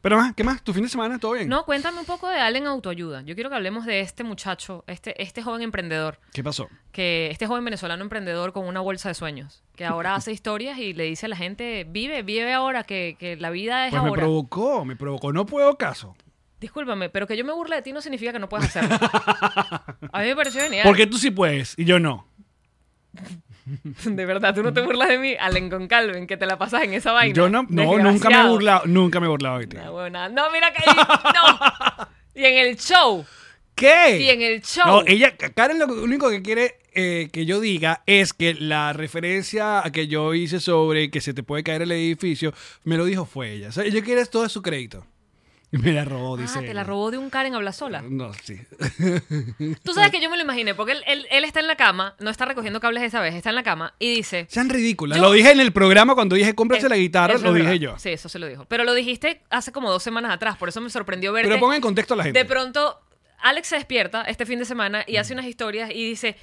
Speaker 4: Pero más, ¿qué más? ¿Tu fin de semana? ¿Todo bien?
Speaker 5: No, cuéntame un poco de Allen Autoayuda. Yo quiero que hablemos de este muchacho, este, este joven emprendedor,
Speaker 4: ¿Qué pasó?
Speaker 5: que este joven venezolano emprendedor con una bolsa de sueños, que ahora hace historias y le dice a la gente, vive, vive ahora, que, que la vida es
Speaker 4: Pues me
Speaker 5: ahora.
Speaker 4: provocó, me provocó. No puedo caso.
Speaker 5: Discúlpame, pero que yo me burle de ti no significa que no puedas hacerlo. A mí me pareció genial.
Speaker 4: Porque tú sí puedes y yo no.
Speaker 5: De verdad, tú no te burlas de mí, Allen con Calvin, que te la pasas en esa vaina.
Speaker 4: yo no, no nunca me he
Speaker 5: Desgraciado.
Speaker 4: burlado, nunca me he burlado de ti.
Speaker 5: Ah, huevona. No, mira que ahí- no. Y en el show.
Speaker 4: ¿Qué?
Speaker 5: Y en el show.
Speaker 4: No, ella, Karen lo único que quiere eh, que yo diga es que la referencia a que yo hice sobre que se te puede caer el edificio, me lo dijo fue ella. O sea, ella quiere todo su crédito. Y Me la robó, dice.
Speaker 5: ah, te
Speaker 4: ella.
Speaker 5: la robó de un Karen Hablasola.
Speaker 4: No, sí.
Speaker 5: Tú sabes que yo me lo imaginé, porque él, él- él está en la cama, no está recogiendo cables esa vez, está en la cama y dice...
Speaker 4: Sean ridículas.
Speaker 5: Yo-
Speaker 4: Lo dije en el programa cuando dije cómprase la
Speaker 5: "Eh,
Speaker 4: guitarra,
Speaker 5: eso
Speaker 4: lo
Speaker 5: es
Speaker 4: dije
Speaker 5: verdad".
Speaker 4: yo.
Speaker 5: Sí, eso se lo dijo. Pero lo dijiste hace como dos semanas atrás, por eso me sorprendió verte.
Speaker 4: Pero ponga en contexto a la gente.
Speaker 5: De pronto, Alex se despierta este fin de semana y hace unas historias y dice,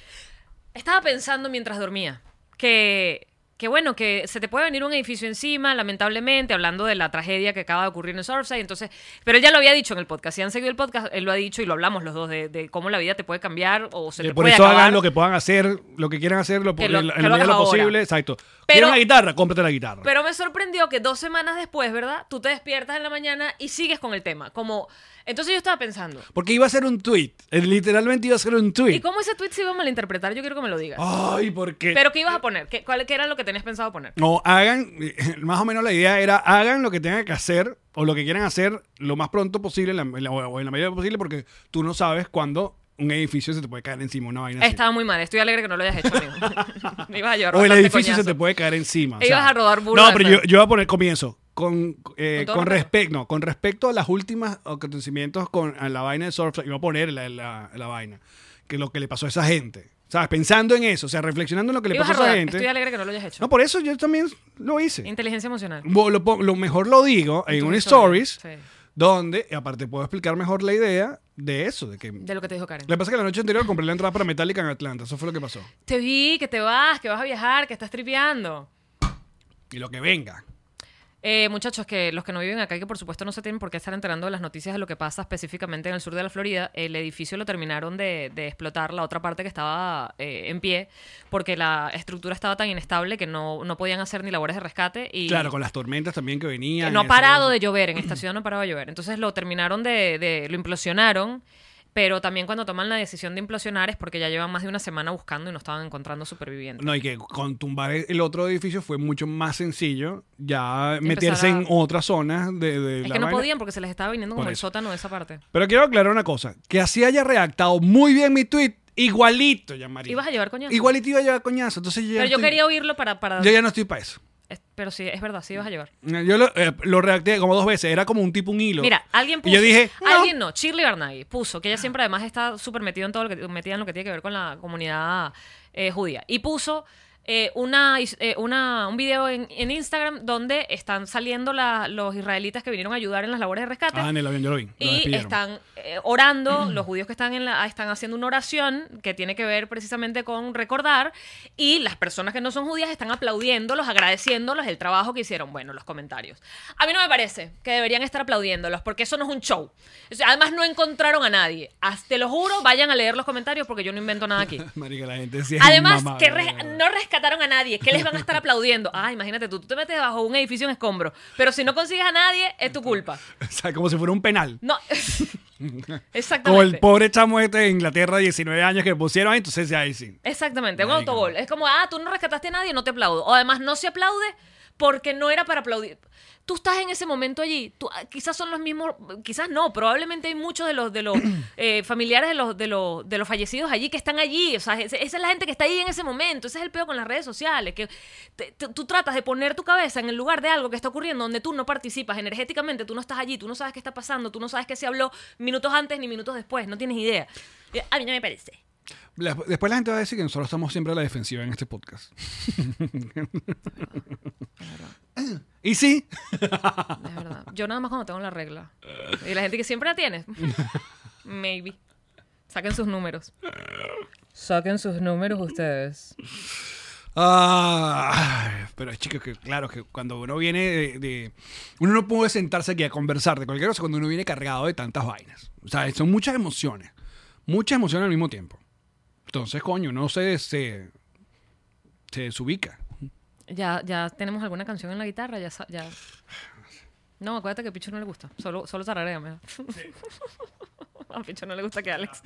Speaker 5: estaba pensando mientras dormía que, que bueno, que se te puede venir un edificio encima, lamentablemente, hablando de la tragedia que acaba de ocurrir en Surfside, entonces, pero él ya lo había dicho en el podcast, si han seguido el podcast, él lo ha dicho y lo hablamos los dos de, de cómo la vida te puede cambiar o se
Speaker 4: Eh,
Speaker 5: te
Speaker 4: por
Speaker 5: puede
Speaker 4: eso
Speaker 5: acabar.
Speaker 4: hagan lo que puedan hacer, lo que quieran hacer, lo,
Speaker 5: Que lo-
Speaker 4: en la
Speaker 5: que lo
Speaker 4: medida de lo
Speaker 5: hagas ahora.
Speaker 4: posible. Exacto.
Speaker 5: Pero-
Speaker 4: ¿Quieres una guitarra? Cómprate la guitarra.
Speaker 5: Pero me sorprendió que dos semanas después, ¿verdad? Tú te despiertas en la mañana y sigues con el tema, como, entonces yo estaba pensando,
Speaker 4: Porque iba a ser un tweet. eh, Literalmente iba a ser un
Speaker 5: ¿y
Speaker 4: tweet.
Speaker 5: cómo ese tweet se iba a malinterpretar? Yo quiero que me lo digas.
Speaker 4: Ay, porque.
Speaker 5: Pero ¿qué ibas a poner? ¿Qué, cuál, qué era lo que tenías pensado poner?
Speaker 4: No, hagan, más o menos la idea era, hagan lo que tengan que hacer o lo que quieran hacer lo más pronto posible en la, en la- o en la medida posible porque tú no sabes cuándo un edificio se te puede caer encima, una vaina así.
Speaker 5: Estaba muy mal, estoy alegre que no lo hayas hecho, amigo. Me ibas a llevar
Speaker 4: O el
Speaker 5: bastante
Speaker 4: edificio
Speaker 5: coñazo.
Speaker 4: se te puede caer encima. o
Speaker 5: E ibas
Speaker 4: sea.
Speaker 5: a rodar burro
Speaker 4: No,
Speaker 5: de
Speaker 4: pero yo,
Speaker 5: frente.
Speaker 4: yo voy a poner comienzo. Con, eh,
Speaker 5: Con todo
Speaker 4: con,
Speaker 5: respeto.
Speaker 4: respecto, no, con respecto a las últimas acontecimientos con a la vaina de Surfside, iba a poner la, la- la vaina, que lo que le pasó a esa gente. ¿Sabes? Pensando en eso, o sea, reflexionando en lo que le
Speaker 5: Ibas
Speaker 4: pasó
Speaker 5: a
Speaker 4: a esa
Speaker 5: rodar,
Speaker 4: gente.
Speaker 5: estoy alegre que no lo hayas hecho.
Speaker 4: No, por eso yo también lo hice.
Speaker 5: Inteligencia emocional.
Speaker 4: Bo- Lo, pon- lo mejor lo digo en
Speaker 5: tus
Speaker 4: un
Speaker 5: stories,
Speaker 4: stories, donde, y aparte, puedo explicar mejor la idea de eso. De que,
Speaker 5: De lo que te dijo Karen.
Speaker 4: Lo que pasa es que la noche anterior compré la entrada para Metallica en Atlanta. Eso fue lo que pasó.
Speaker 5: Te vi, que te vas, que vas a viajar, que estás tripeando.
Speaker 4: Y lo que venga.
Speaker 5: Eh, muchachos, que los que no viven acá, y que por supuesto no se tienen por qué estar enterando de las noticias de lo que pasa específicamente en el sur de la Florida, el edificio lo terminaron de, de explotar, la otra parte que estaba eh, en pie, porque la estructura estaba tan inestable que no, no podían hacer ni labores de rescate. Y Eh,
Speaker 4: Claro, con las tormentas también que venían.
Speaker 5: no ha
Speaker 4: eso.
Speaker 5: parado de llover, en esta ciudad no ha parado de llover. Entonces lo terminaron de, de- lo implosionaron, pero también cuando toman la decisión de implosionar es porque ya llevan más de una semana buscando y no estaban encontrando supervivientes.
Speaker 4: No, y que con tumbar el otro edificio fue mucho más sencillo ya meterse
Speaker 5: a-
Speaker 4: en otras zonas de, de
Speaker 5: es
Speaker 4: la
Speaker 5: que no
Speaker 4: vaina.
Speaker 5: podían porque se les estaba viniendo como
Speaker 4: Por
Speaker 5: el
Speaker 4: eso.
Speaker 5: sótano de esa parte.
Speaker 4: Pero quiero aclarar una cosa. Que así haya redactado muy bien mi tweet, igualito, ya María.
Speaker 5: Ibas a llevar coñazo.
Speaker 4: Igualito iba a llevar coñazo. Entonces yo ya
Speaker 5: pero yo
Speaker 4: estoy-
Speaker 5: quería oírlo para... para
Speaker 4: Yo ya no estoy para eso.
Speaker 5: es- pero sí, es verdad, sí ibas a llevar.
Speaker 4: Yo lo, eh, lo redacté como dos veces, era como un tipo un hilo.
Speaker 5: Mira, alguien puso...
Speaker 4: Y yo dije, no. Ah,
Speaker 5: Alguien no, Shirley Barnaghi puso, que ella siempre además está súper metida en todo lo que, metida en lo que tiene que ver con la comunidad eh, judía. Y puso, eh, una, his- eh, una- un video en, en Instagram donde están saliendo la- los israelitas que vinieron a ayudar en las labores de rescate.
Speaker 4: Ah, en el avión yo lo vi. lo
Speaker 5: Y
Speaker 4: despidieron.
Speaker 5: están eh, orando, los judíos que están en la, ah, están haciendo una oración que tiene que ver precisamente con recordar y las personas que no son judías están aplaudiéndolos, agradeciéndolos el trabajo que hicieron. Bueno, los comentarios. A mí no me parece que deberían estar aplaudiéndolos porque eso no es un show. O sea, además no encontraron a nadie. Haz- Te lo juro, vayan a leer los comentarios porque yo no invento nada aquí.
Speaker 4: Marica, la gente sí es
Speaker 5: Además,
Speaker 4: mamá,
Speaker 5: que
Speaker 4: verga.
Speaker 5: res- no rescataron a nadie. ¿Qué les van a estar aplaudiendo? Ah, imagínate tú, tú te metes bajo un edificio en escombro. Pero si no consigues a nadie, es tu culpa.
Speaker 4: O sea, como si fuera un penal.
Speaker 5: No.
Speaker 4: Como el
Speaker 5: Exactamente.
Speaker 4: pobre chamo este de Inglaterra, 19 años, que pusieron ahí, entonces ahí sí.
Speaker 5: Exactamente, un
Speaker 4: Marica.
Speaker 5: autogol. Es como, ah, tú no rescataste a nadie, no te aplaudo. O además no se aplaude porque no era para aplaudir. Tú estás en ese momento allí. Tú, ah, quizás son los mismos, quizás no, probablemente hay muchos de los, de los eh, familiares de los, de, los, de los fallecidos allí que están allí. O sea, ese- esa es la gente que está ahí en ese momento. Ese es el peo con las redes sociales. Que te- te- tú tratas de poner tu cabeza en el lugar de algo que está ocurriendo donde tú no participas energéticamente, tú no estás allí, tú no sabes qué está pasando, tú no sabes qué se habló minutos antes ni minutos después, no tienes idea. Eh, A mí no me parece.
Speaker 4: La- Después la gente va a decir que nosotros estamos siempre a la defensiva en este podcast. y sí,
Speaker 5: Es verdad. Yo nada más cuando tengo la regla. Y la gente que siempre la tiene. Maybe. Saquen sus números. Saquen sus números ustedes.
Speaker 4: Ah, pero es chico que claro que cuando uno viene de, de- uno no puede sentarse aquí a conversar de cualquier cosa cuando uno viene cargado de tantas vainas. O sea, son muchas emociones, muchas emociones al mismo tiempo. Entonces, coño, uno se se, se desubica.
Speaker 5: Ya, ya tenemos alguna canción en la guitarra, ya, sa- ya. No, acuérdate que a Picho no le gusta. Solo, solo tarareame. a Picho no le gusta que Alex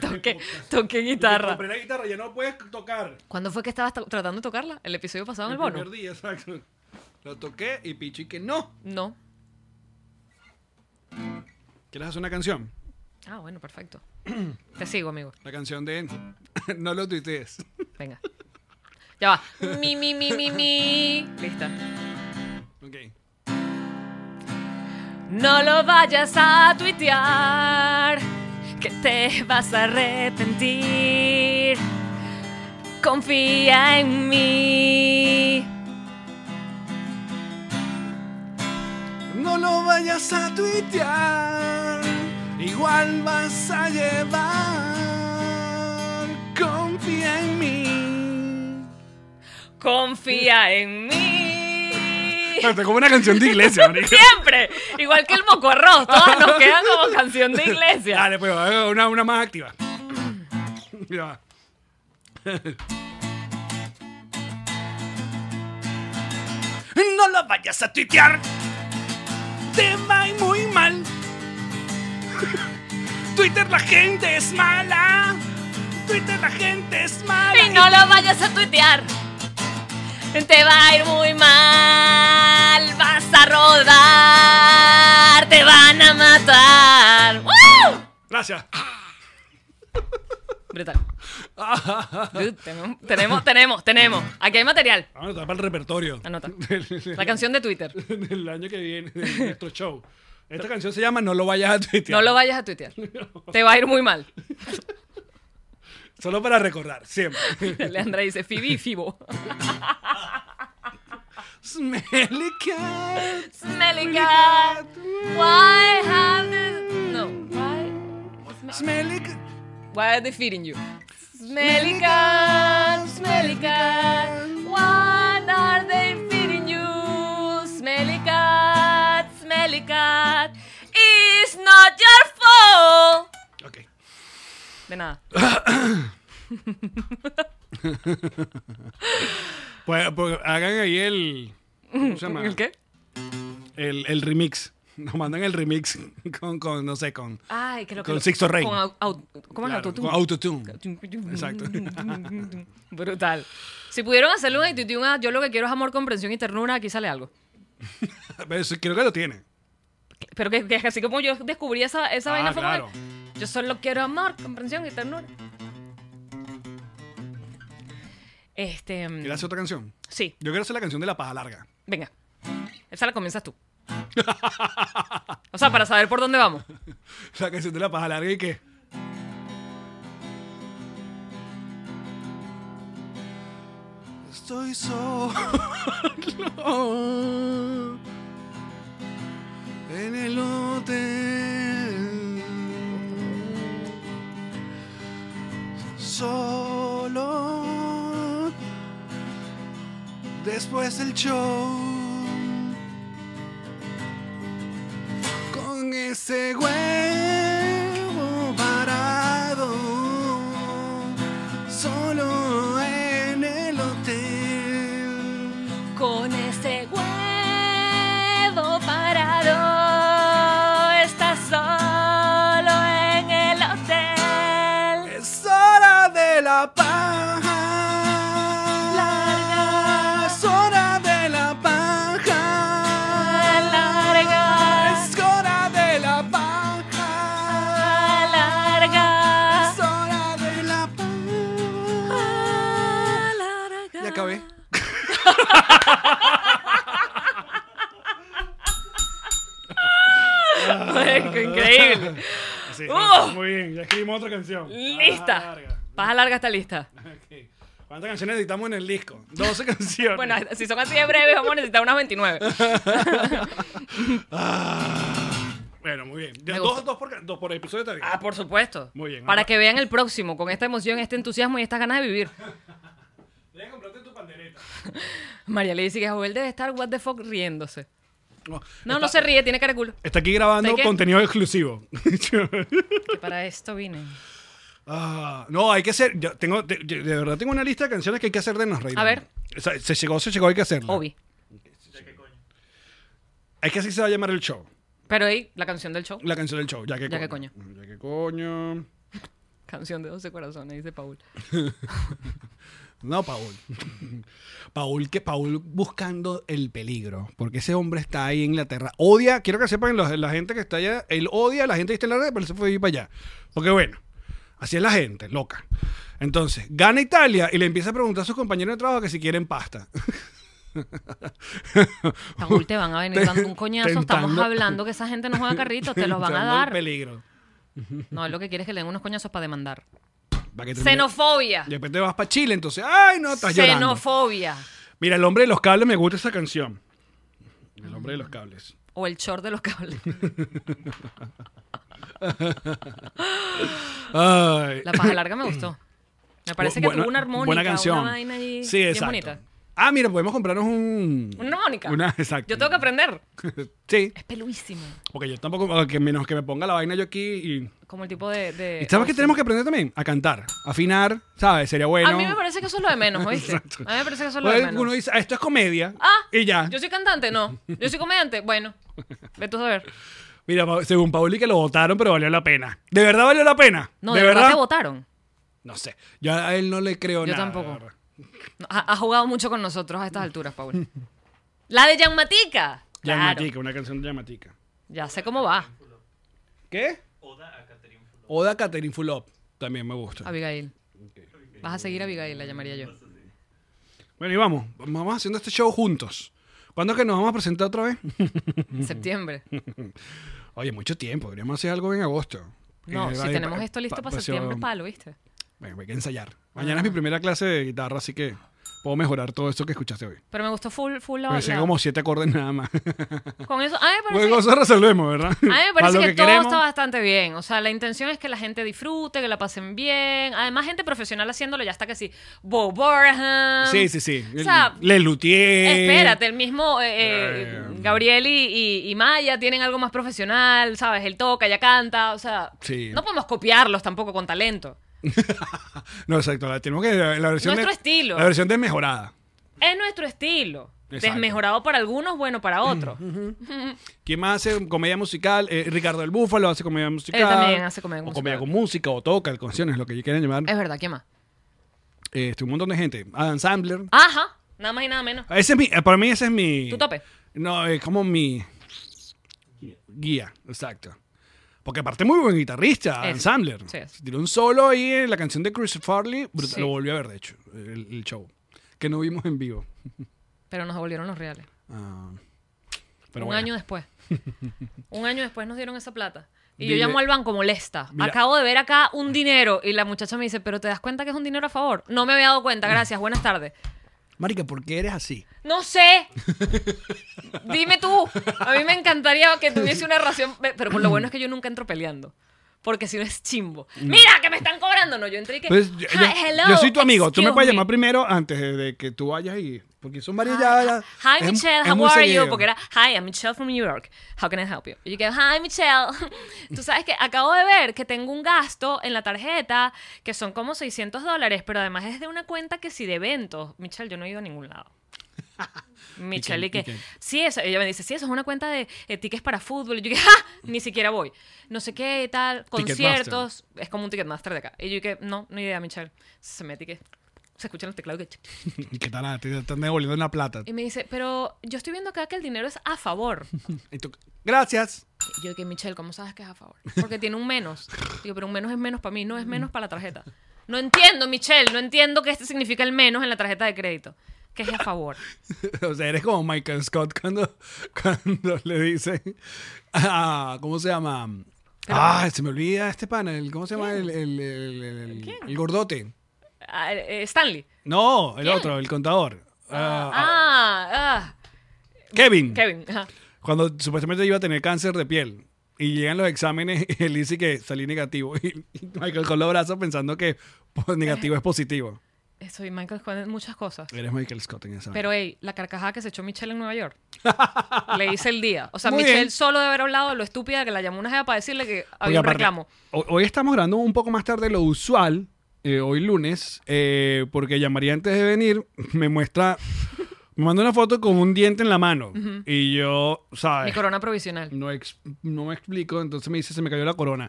Speaker 5: toque, toque guitarra.
Speaker 4: la guitarra ya no puedes tocar.
Speaker 5: ¿Cuándo fue que estabas to- tratando de tocarla? ¿El episodio pasado en el bono?
Speaker 4: día, exacto. Lo toqué y pichi que no.
Speaker 5: No.
Speaker 4: ¿Quieres hacer una canción?
Speaker 5: Ah, bueno, perfecto. Te sigo, amigo.
Speaker 4: La canción de No lo tuitees.
Speaker 5: Venga. Ya va. Mi, mi, mi, mi, mi. Lista.
Speaker 4: Ok.
Speaker 5: No lo vayas a tuitear, que te vas a arrepentir. Confía en mí.
Speaker 4: No lo vayas a tuitear, igual vas a llevar. Confía en mí.
Speaker 5: Confía en mí.
Speaker 4: Está como una canción de iglesia, marica.
Speaker 5: Siempre. Igual que el moco arroz. Todas nos quedan como canción de iglesia.
Speaker 4: Dale, pues, una, una más activa. Ya va. No lo vayas a tuitear. Te va a ir muy mal. Twitter la gente es mala. Twitter la gente es mala.
Speaker 5: Y no lo vayas a tuitear. Te va a ir muy mal. Vas a rodar. Te van a matar. ¡Woo!
Speaker 4: Gracias.
Speaker 5: Brutal. Dude, tenemos, tenemos, tenemos, tenemos. Aquí hay material.
Speaker 4: Vamos a tapar el repertorio.
Speaker 5: Anota. La canción de Twitter.
Speaker 4: Del año que viene, de nuestro show. Esta canción se llama No lo vayas a tuitear.
Speaker 5: No lo vayas a tuitear. Te va a ir muy mal.
Speaker 4: Solo para recordar, siempre.
Speaker 5: Leandra dice, Fibi y Fibo.
Speaker 4: Smelly cat.
Speaker 5: Smelly cat. Why have this... No. Why...
Speaker 4: Smelly cat.
Speaker 5: Why are they feeding you? Smelly cat, smelly cat, what are they feeding you? Smelly cat, smelly cat, it's not your fault.
Speaker 4: Ok.
Speaker 5: De nada.
Speaker 4: Pues, pues, hagan ahí el. ¿Cómo se llama?
Speaker 5: ¿El qué?
Speaker 4: El, el remix. Nos mandan el remix con, con no sé, con.
Speaker 5: Ay, creo que.
Speaker 4: Con
Speaker 5: lo-
Speaker 4: Sixto Rey.
Speaker 5: Con au- au- ¿Cómo es
Speaker 4: Claro,
Speaker 5: autotune?
Speaker 4: con autotune. Exacto.
Speaker 5: Exacto. Brutal. Si pudieron hacerle un autotune a Yo lo que quiero es amor, comprensión y ternura, aquí sale algo.
Speaker 4: Pero eso creo que lo tiene.
Speaker 5: Pero que, que así como yo descubrí esa, esa
Speaker 4: Ah,
Speaker 5: vaina fue como
Speaker 4: claro.
Speaker 5: que, Yo solo quiero amor, comprensión y ternura. Este. mm,
Speaker 4: ¿Quieres hacer otra canción?
Speaker 5: Sí,
Speaker 4: Yo quiero hacer la canción de la paja larga.
Speaker 5: venga. Esa la comienzas tú. O sea, para saber por dónde vamos.
Speaker 4: La canción de la paja larga y que. Estoy solo en el hotel. Solo después del show. Con ese huevo parado. Solo en el hotel.
Speaker 5: Con ese huevo parado, estás solo en el hotel.
Speaker 4: Es hora de la paja. Larga. Es hora de la paja.
Speaker 5: Larga.
Speaker 4: Es hora de la paja.
Speaker 5: Larga.
Speaker 4: Es hora de la paja.
Speaker 5: Larga.
Speaker 4: Ya acabé.
Speaker 5: Marico, increíble. ¡Uh!
Speaker 4: muy bien, ya escribimos otra canción. Ah,
Speaker 5: Lista. Paja larga está lista.
Speaker 4: ¿Cuántas canciones editamos en el disco? 12 canciones.
Speaker 5: Bueno, si son así de breves, vamos a necesitar unas 29.
Speaker 4: Ah. bueno muy bien.
Speaker 5: Me
Speaker 4: Dos,
Speaker 5: gustó.
Speaker 4: dos, por, dos por episodio está bien.
Speaker 5: Ah, por supuesto.
Speaker 4: Muy bien,
Speaker 5: Para
Speaker 4: ahora-
Speaker 5: que vean el próximo, con esta emoción, este entusiasmo y estas ganas de vivir.
Speaker 4: Ya compraste tu pandereta.
Speaker 5: María le dice que Joel debe estar what the fuck riéndose.
Speaker 4: No,
Speaker 5: No, no se ríe, tiene cara de culo.
Speaker 4: Está aquí grabando
Speaker 5: ¿Sabes qué?
Speaker 4: contenido exclusivo.
Speaker 5: Que para esto vine.
Speaker 4: Ah, no, hay que hacer. yo tengo, de, de- de verdad tengo una lista de canciones que hay que hacer de nos reír.
Speaker 5: A ver.
Speaker 4: Se, se llegó, se llegó, hay que hacerla.
Speaker 5: Obi.
Speaker 4: Es que así se va a llamar el show.
Speaker 5: Pero ahí, la canción del show.
Speaker 4: La canción del show. Ya que
Speaker 5: Ya que
Speaker 4: coño. Mm, Ya que coño.
Speaker 5: Canción de 12 corazones, dice Paul.
Speaker 4: No, Paul. Paul, que Paul buscando el peligro. Porque ese hombre está ahí en Inglaterra. Odia, quiero que sepan los- la gente que está allá. Él odia a la gente que está en Inglaterra, pero se fue a ir para allá. Porque bueno, así es la gente, loca. Entonces, gana Italia y le empieza a preguntar a sus compañeros de trabajo que si quieren pasta.
Speaker 5: Paul, te van a venir dando un coñazo. Estamos
Speaker 4: Tentando-
Speaker 5: hablando que esa gente no juega carritos, te los van a
Speaker 4: Tentando el
Speaker 5: dar.
Speaker 4: peligro.
Speaker 5: No, él lo que quiere es que le den unos coñazos para demandar.
Speaker 4: Para que termine-
Speaker 5: Xenofobia.
Speaker 4: De repente vas para Chile, entonces, ay, no, estás llorando.
Speaker 5: Xenofobia.
Speaker 4: Mira, el hombre de los cables me gusta esa canción. El hombre de los cables.
Speaker 5: O el short de los cables.
Speaker 4: Ay.
Speaker 5: La paja larga me gustó. Me parece que
Speaker 4: Bu- buena-
Speaker 5: tuvo una armónica.
Speaker 4: Buena canción.
Speaker 5: Una vaina ahí
Speaker 4: sí,
Speaker 5: bien
Speaker 4: exacto.
Speaker 5: bonita.
Speaker 4: Ah, mira, podemos comprarnos un.
Speaker 5: Una armónica.
Speaker 4: Una, exacto.
Speaker 5: Yo tengo que aprender.
Speaker 4: aprender. sí,
Speaker 5: Es peluísima.
Speaker 4: porque yo tampoco. a Que menos que me ponga la vaina yo aquí y.
Speaker 5: Como el tipo de. de
Speaker 4: ¿Y sabes qué
Speaker 5: Olsen.
Speaker 4: tenemos que aprender también? A cantar, afinar, ¿sabes? Sería bueno.
Speaker 5: oh, A mí me parece que eso es lo de menos, ¿oíste? A mí me parece que eso es lo de
Speaker 4: Porque
Speaker 5: menos.
Speaker 4: Uno dice, "Ah, esto es comedia.
Speaker 5: Ah,
Speaker 4: y ya.
Speaker 5: Yo soy cantante, no. Yo soy comediante, bueno. Ve tú a ver.
Speaker 4: Mira, Pa- según Pauli que lo votaron, pero valió la pena. ¿De verdad valió la pena?
Speaker 5: No, de, verdad te votaron.
Speaker 4: No sé. Yo a él no le creo
Speaker 5: Yo
Speaker 4: nada.
Speaker 5: tampoco.
Speaker 4: de verdad.
Speaker 5: No, ha, ha jugado mucho con nosotros a estas alturas, Paul. La de Jan Matica. Claro.
Speaker 4: Llamatica, una canción de llamatica.
Speaker 5: Ya sé cómo va,
Speaker 4: ¿Qué? Oda a Catherine Fulop. También me gusta.
Speaker 5: Abigail. Vas a seguir a Abigail, la llamaría yo.
Speaker 4: Bueno, y vamos. Vamos haciendo este show juntos. ¿Cuándo es que nos vamos a presentar otra vez?
Speaker 5: Septiembre.
Speaker 4: Oye, mucho tiempo. Deberíamos hacer algo en agosto.
Speaker 5: No,
Speaker 4: Eh,
Speaker 5: si
Speaker 4: vale,
Speaker 5: tenemos
Speaker 4: pa-
Speaker 5: esto listo
Speaker 4: pa-
Speaker 5: para
Speaker 4: pasión.
Speaker 5: septiembre, Ah. palo, ¿viste?
Speaker 4: Bueno, hay que ensayar. Mañana es mi primera clase de guitarra, así que puedo mejorar todo esto que escuchaste hoy.
Speaker 5: Pero me gustó full, full la,
Speaker 4: Porque sé
Speaker 5: la-
Speaker 4: como siete acordes nada más.
Speaker 5: Con eso, a mí me parece,
Speaker 4: Luego eso resolvemos, ¿verdad?
Speaker 5: a mí me
Speaker 4: Para
Speaker 5: parece
Speaker 4: lo
Speaker 5: que, todo
Speaker 4: queremos.
Speaker 5: está bastante bien. O sea, la intención es que la gente disfrute, que la pasen bien. Además, gente profesional haciéndolo ya está que sí. Bo Burnham.
Speaker 4: Sí, sí, sí.
Speaker 5: O sea,
Speaker 4: Le Luthier.
Speaker 5: Espérate, el mismo eh, eh, Gabriel y, y- y Maya tienen algo más profesional, ¿sabes? Él toca, ella canta, o sea,
Speaker 4: Sí.
Speaker 5: no podemos copiarlos tampoco con talento.
Speaker 4: No, exacto. La, tenemos que. La, la versión
Speaker 5: Nuestro
Speaker 4: de-
Speaker 5: estilo.
Speaker 4: La versión desmejorada.
Speaker 5: Es nuestro estilo.
Speaker 4: Exacto.
Speaker 5: Desmejorado para algunos, bueno para otros.
Speaker 4: ¿Quién más hace comedia musical? Eh, Ricardo el Búfalo hace comedia musical.
Speaker 5: también hace comedia
Speaker 4: O
Speaker 5: musical. Eh.
Speaker 4: comedia con música, o toca, canciones, lo que quieran llamar.
Speaker 5: Es verdad, ¿quién más?
Speaker 4: Este, un montón de gente. Adam Sandler.
Speaker 5: Ajá, nada más y nada menos.
Speaker 4: Ese es mi, eh, para mí ese es mi...
Speaker 5: Tu tope.
Speaker 4: No, es como mi guía, exacto. Porque aparte muy buen guitarrista, Adam
Speaker 5: Es,
Speaker 4: Sandler.
Speaker 5: sí es.
Speaker 4: Tiró un solo ahí en la canción de Chris Farley. brutal.
Speaker 5: Sí.
Speaker 4: Lo volví a ver, de hecho, el, el show. Que no vimos en vivo.
Speaker 5: Pero nos devolvieron los reales.
Speaker 4: Ah, pero
Speaker 5: Un
Speaker 4: bueno.
Speaker 5: año después. un año después nos dieron esa plata. Y
Speaker 4: Dile-
Speaker 5: yo llamo al banco molesta.
Speaker 4: Mira-
Speaker 5: Acabo de ver acá un dinero. Y la muchacha me dice, pero ¿te das cuenta que es un dinero a favor? No me había dado cuenta, gracias, buenas tardes.
Speaker 4: Marica, ¿por qué eres así?
Speaker 5: No sé. Dime tú. A mí me encantaría que tuviese una ración. Pero por lo bueno es que yo nunca entro peleando. Porque si no es chimbo. Mira, que me están cobrando. No, yo entré y que.
Speaker 4: Pues, yo,
Speaker 5: "Hi,
Speaker 4: yo-
Speaker 5: hello,
Speaker 4: yo soy tu amigo. Tú me
Speaker 5: excuse
Speaker 4: puedes
Speaker 5: me".
Speaker 4: llamar primero antes de, de que tú vayas y. Porque son varias ya. ya-
Speaker 5: Hi,
Speaker 4: es-
Speaker 5: Michelle,
Speaker 4: es
Speaker 5: how
Speaker 4: muy
Speaker 5: are
Speaker 4: seguido.
Speaker 5: you? Porque era, hi, I'm Michelle from New York. How can I help you? Y yo que, hi, Michelle. Tú sabes que acabo de ver que tengo un gasto en la tarjeta que son como 600 dólares, pero además es de una cuenta que sí de eventos. Michelle, yo no he ido a ningún lado. Michelle, y
Speaker 4: ¿Y qué-
Speaker 5: que,
Speaker 4: y qué?
Speaker 5: sí, eso, ella me dice, sí, eso es una cuenta de eh, tickets para fútbol. Y yo que, ¡ja! Ni siquiera voy. No sé qué, tal, conciertos. Es como un Ticketmaster de acá. Y yo que, no, no idea, Michelle. Se me que se escucha en el teclado que...
Speaker 4: ¿Y qué tal? ah, Te están devolviendo una plata.
Speaker 5: Y me dice, pero yo estoy viendo acá que el dinero es a favor.
Speaker 4: Y tú, Gracias.
Speaker 5: Y yo que Michelle, ¿cómo sabes que es a favor? Porque tiene un menos. Digo, pero un menos es menos para mí, no es menos para la tarjeta. No entiendo, Michelle, no entiendo que este significa el menos en la tarjeta de crédito. Que es a favor.
Speaker 4: O sea, eres como Michael Scott cuando, cuando le dicen. Ah, ¿Cómo se llama? Ah, se me olvida este pana. el- ¿Cómo se llama? El, el, el, el- el- el gordote.
Speaker 5: Ah, eh, Stanley.
Speaker 4: No, el otro, el contador. Ah,
Speaker 5: Ah, ah,
Speaker 4: Kevin.
Speaker 5: Kevin. ajá.
Speaker 4: Cuando supuestamente iba a tener cáncer de piel. Y llegan los exámenes y él dice que salí negativo. Y y Michael con los brazos pensando que pues, negativo es positivo.
Speaker 5: Soy Michael Scott en muchas cosas.
Speaker 4: Eres Michael Scott en esa.
Speaker 5: Pero, hey, la carcajada que se echó Michelle en Nueva York. Le hice el día. O sea,
Speaker 4: Muy
Speaker 5: Michelle
Speaker 4: bien.
Speaker 5: solo de haber hablado de lo estúpida que la llamó una jefa para decirle que
Speaker 4: Porque
Speaker 5: había un
Speaker 4: aparte,
Speaker 5: reclamo.
Speaker 4: ho- Hoy estamos grabando un poco más tarde de lo usual, eh, hoy lunes, eh, porque llamaría antes de venir, me muestra, me manda una foto con un diente en la mano. Y yo,
Speaker 5: Mi
Speaker 4: ¿sabes?
Speaker 5: corona provisional.
Speaker 4: No, ex- no me explico, entonces me dice, se me cayó la corona.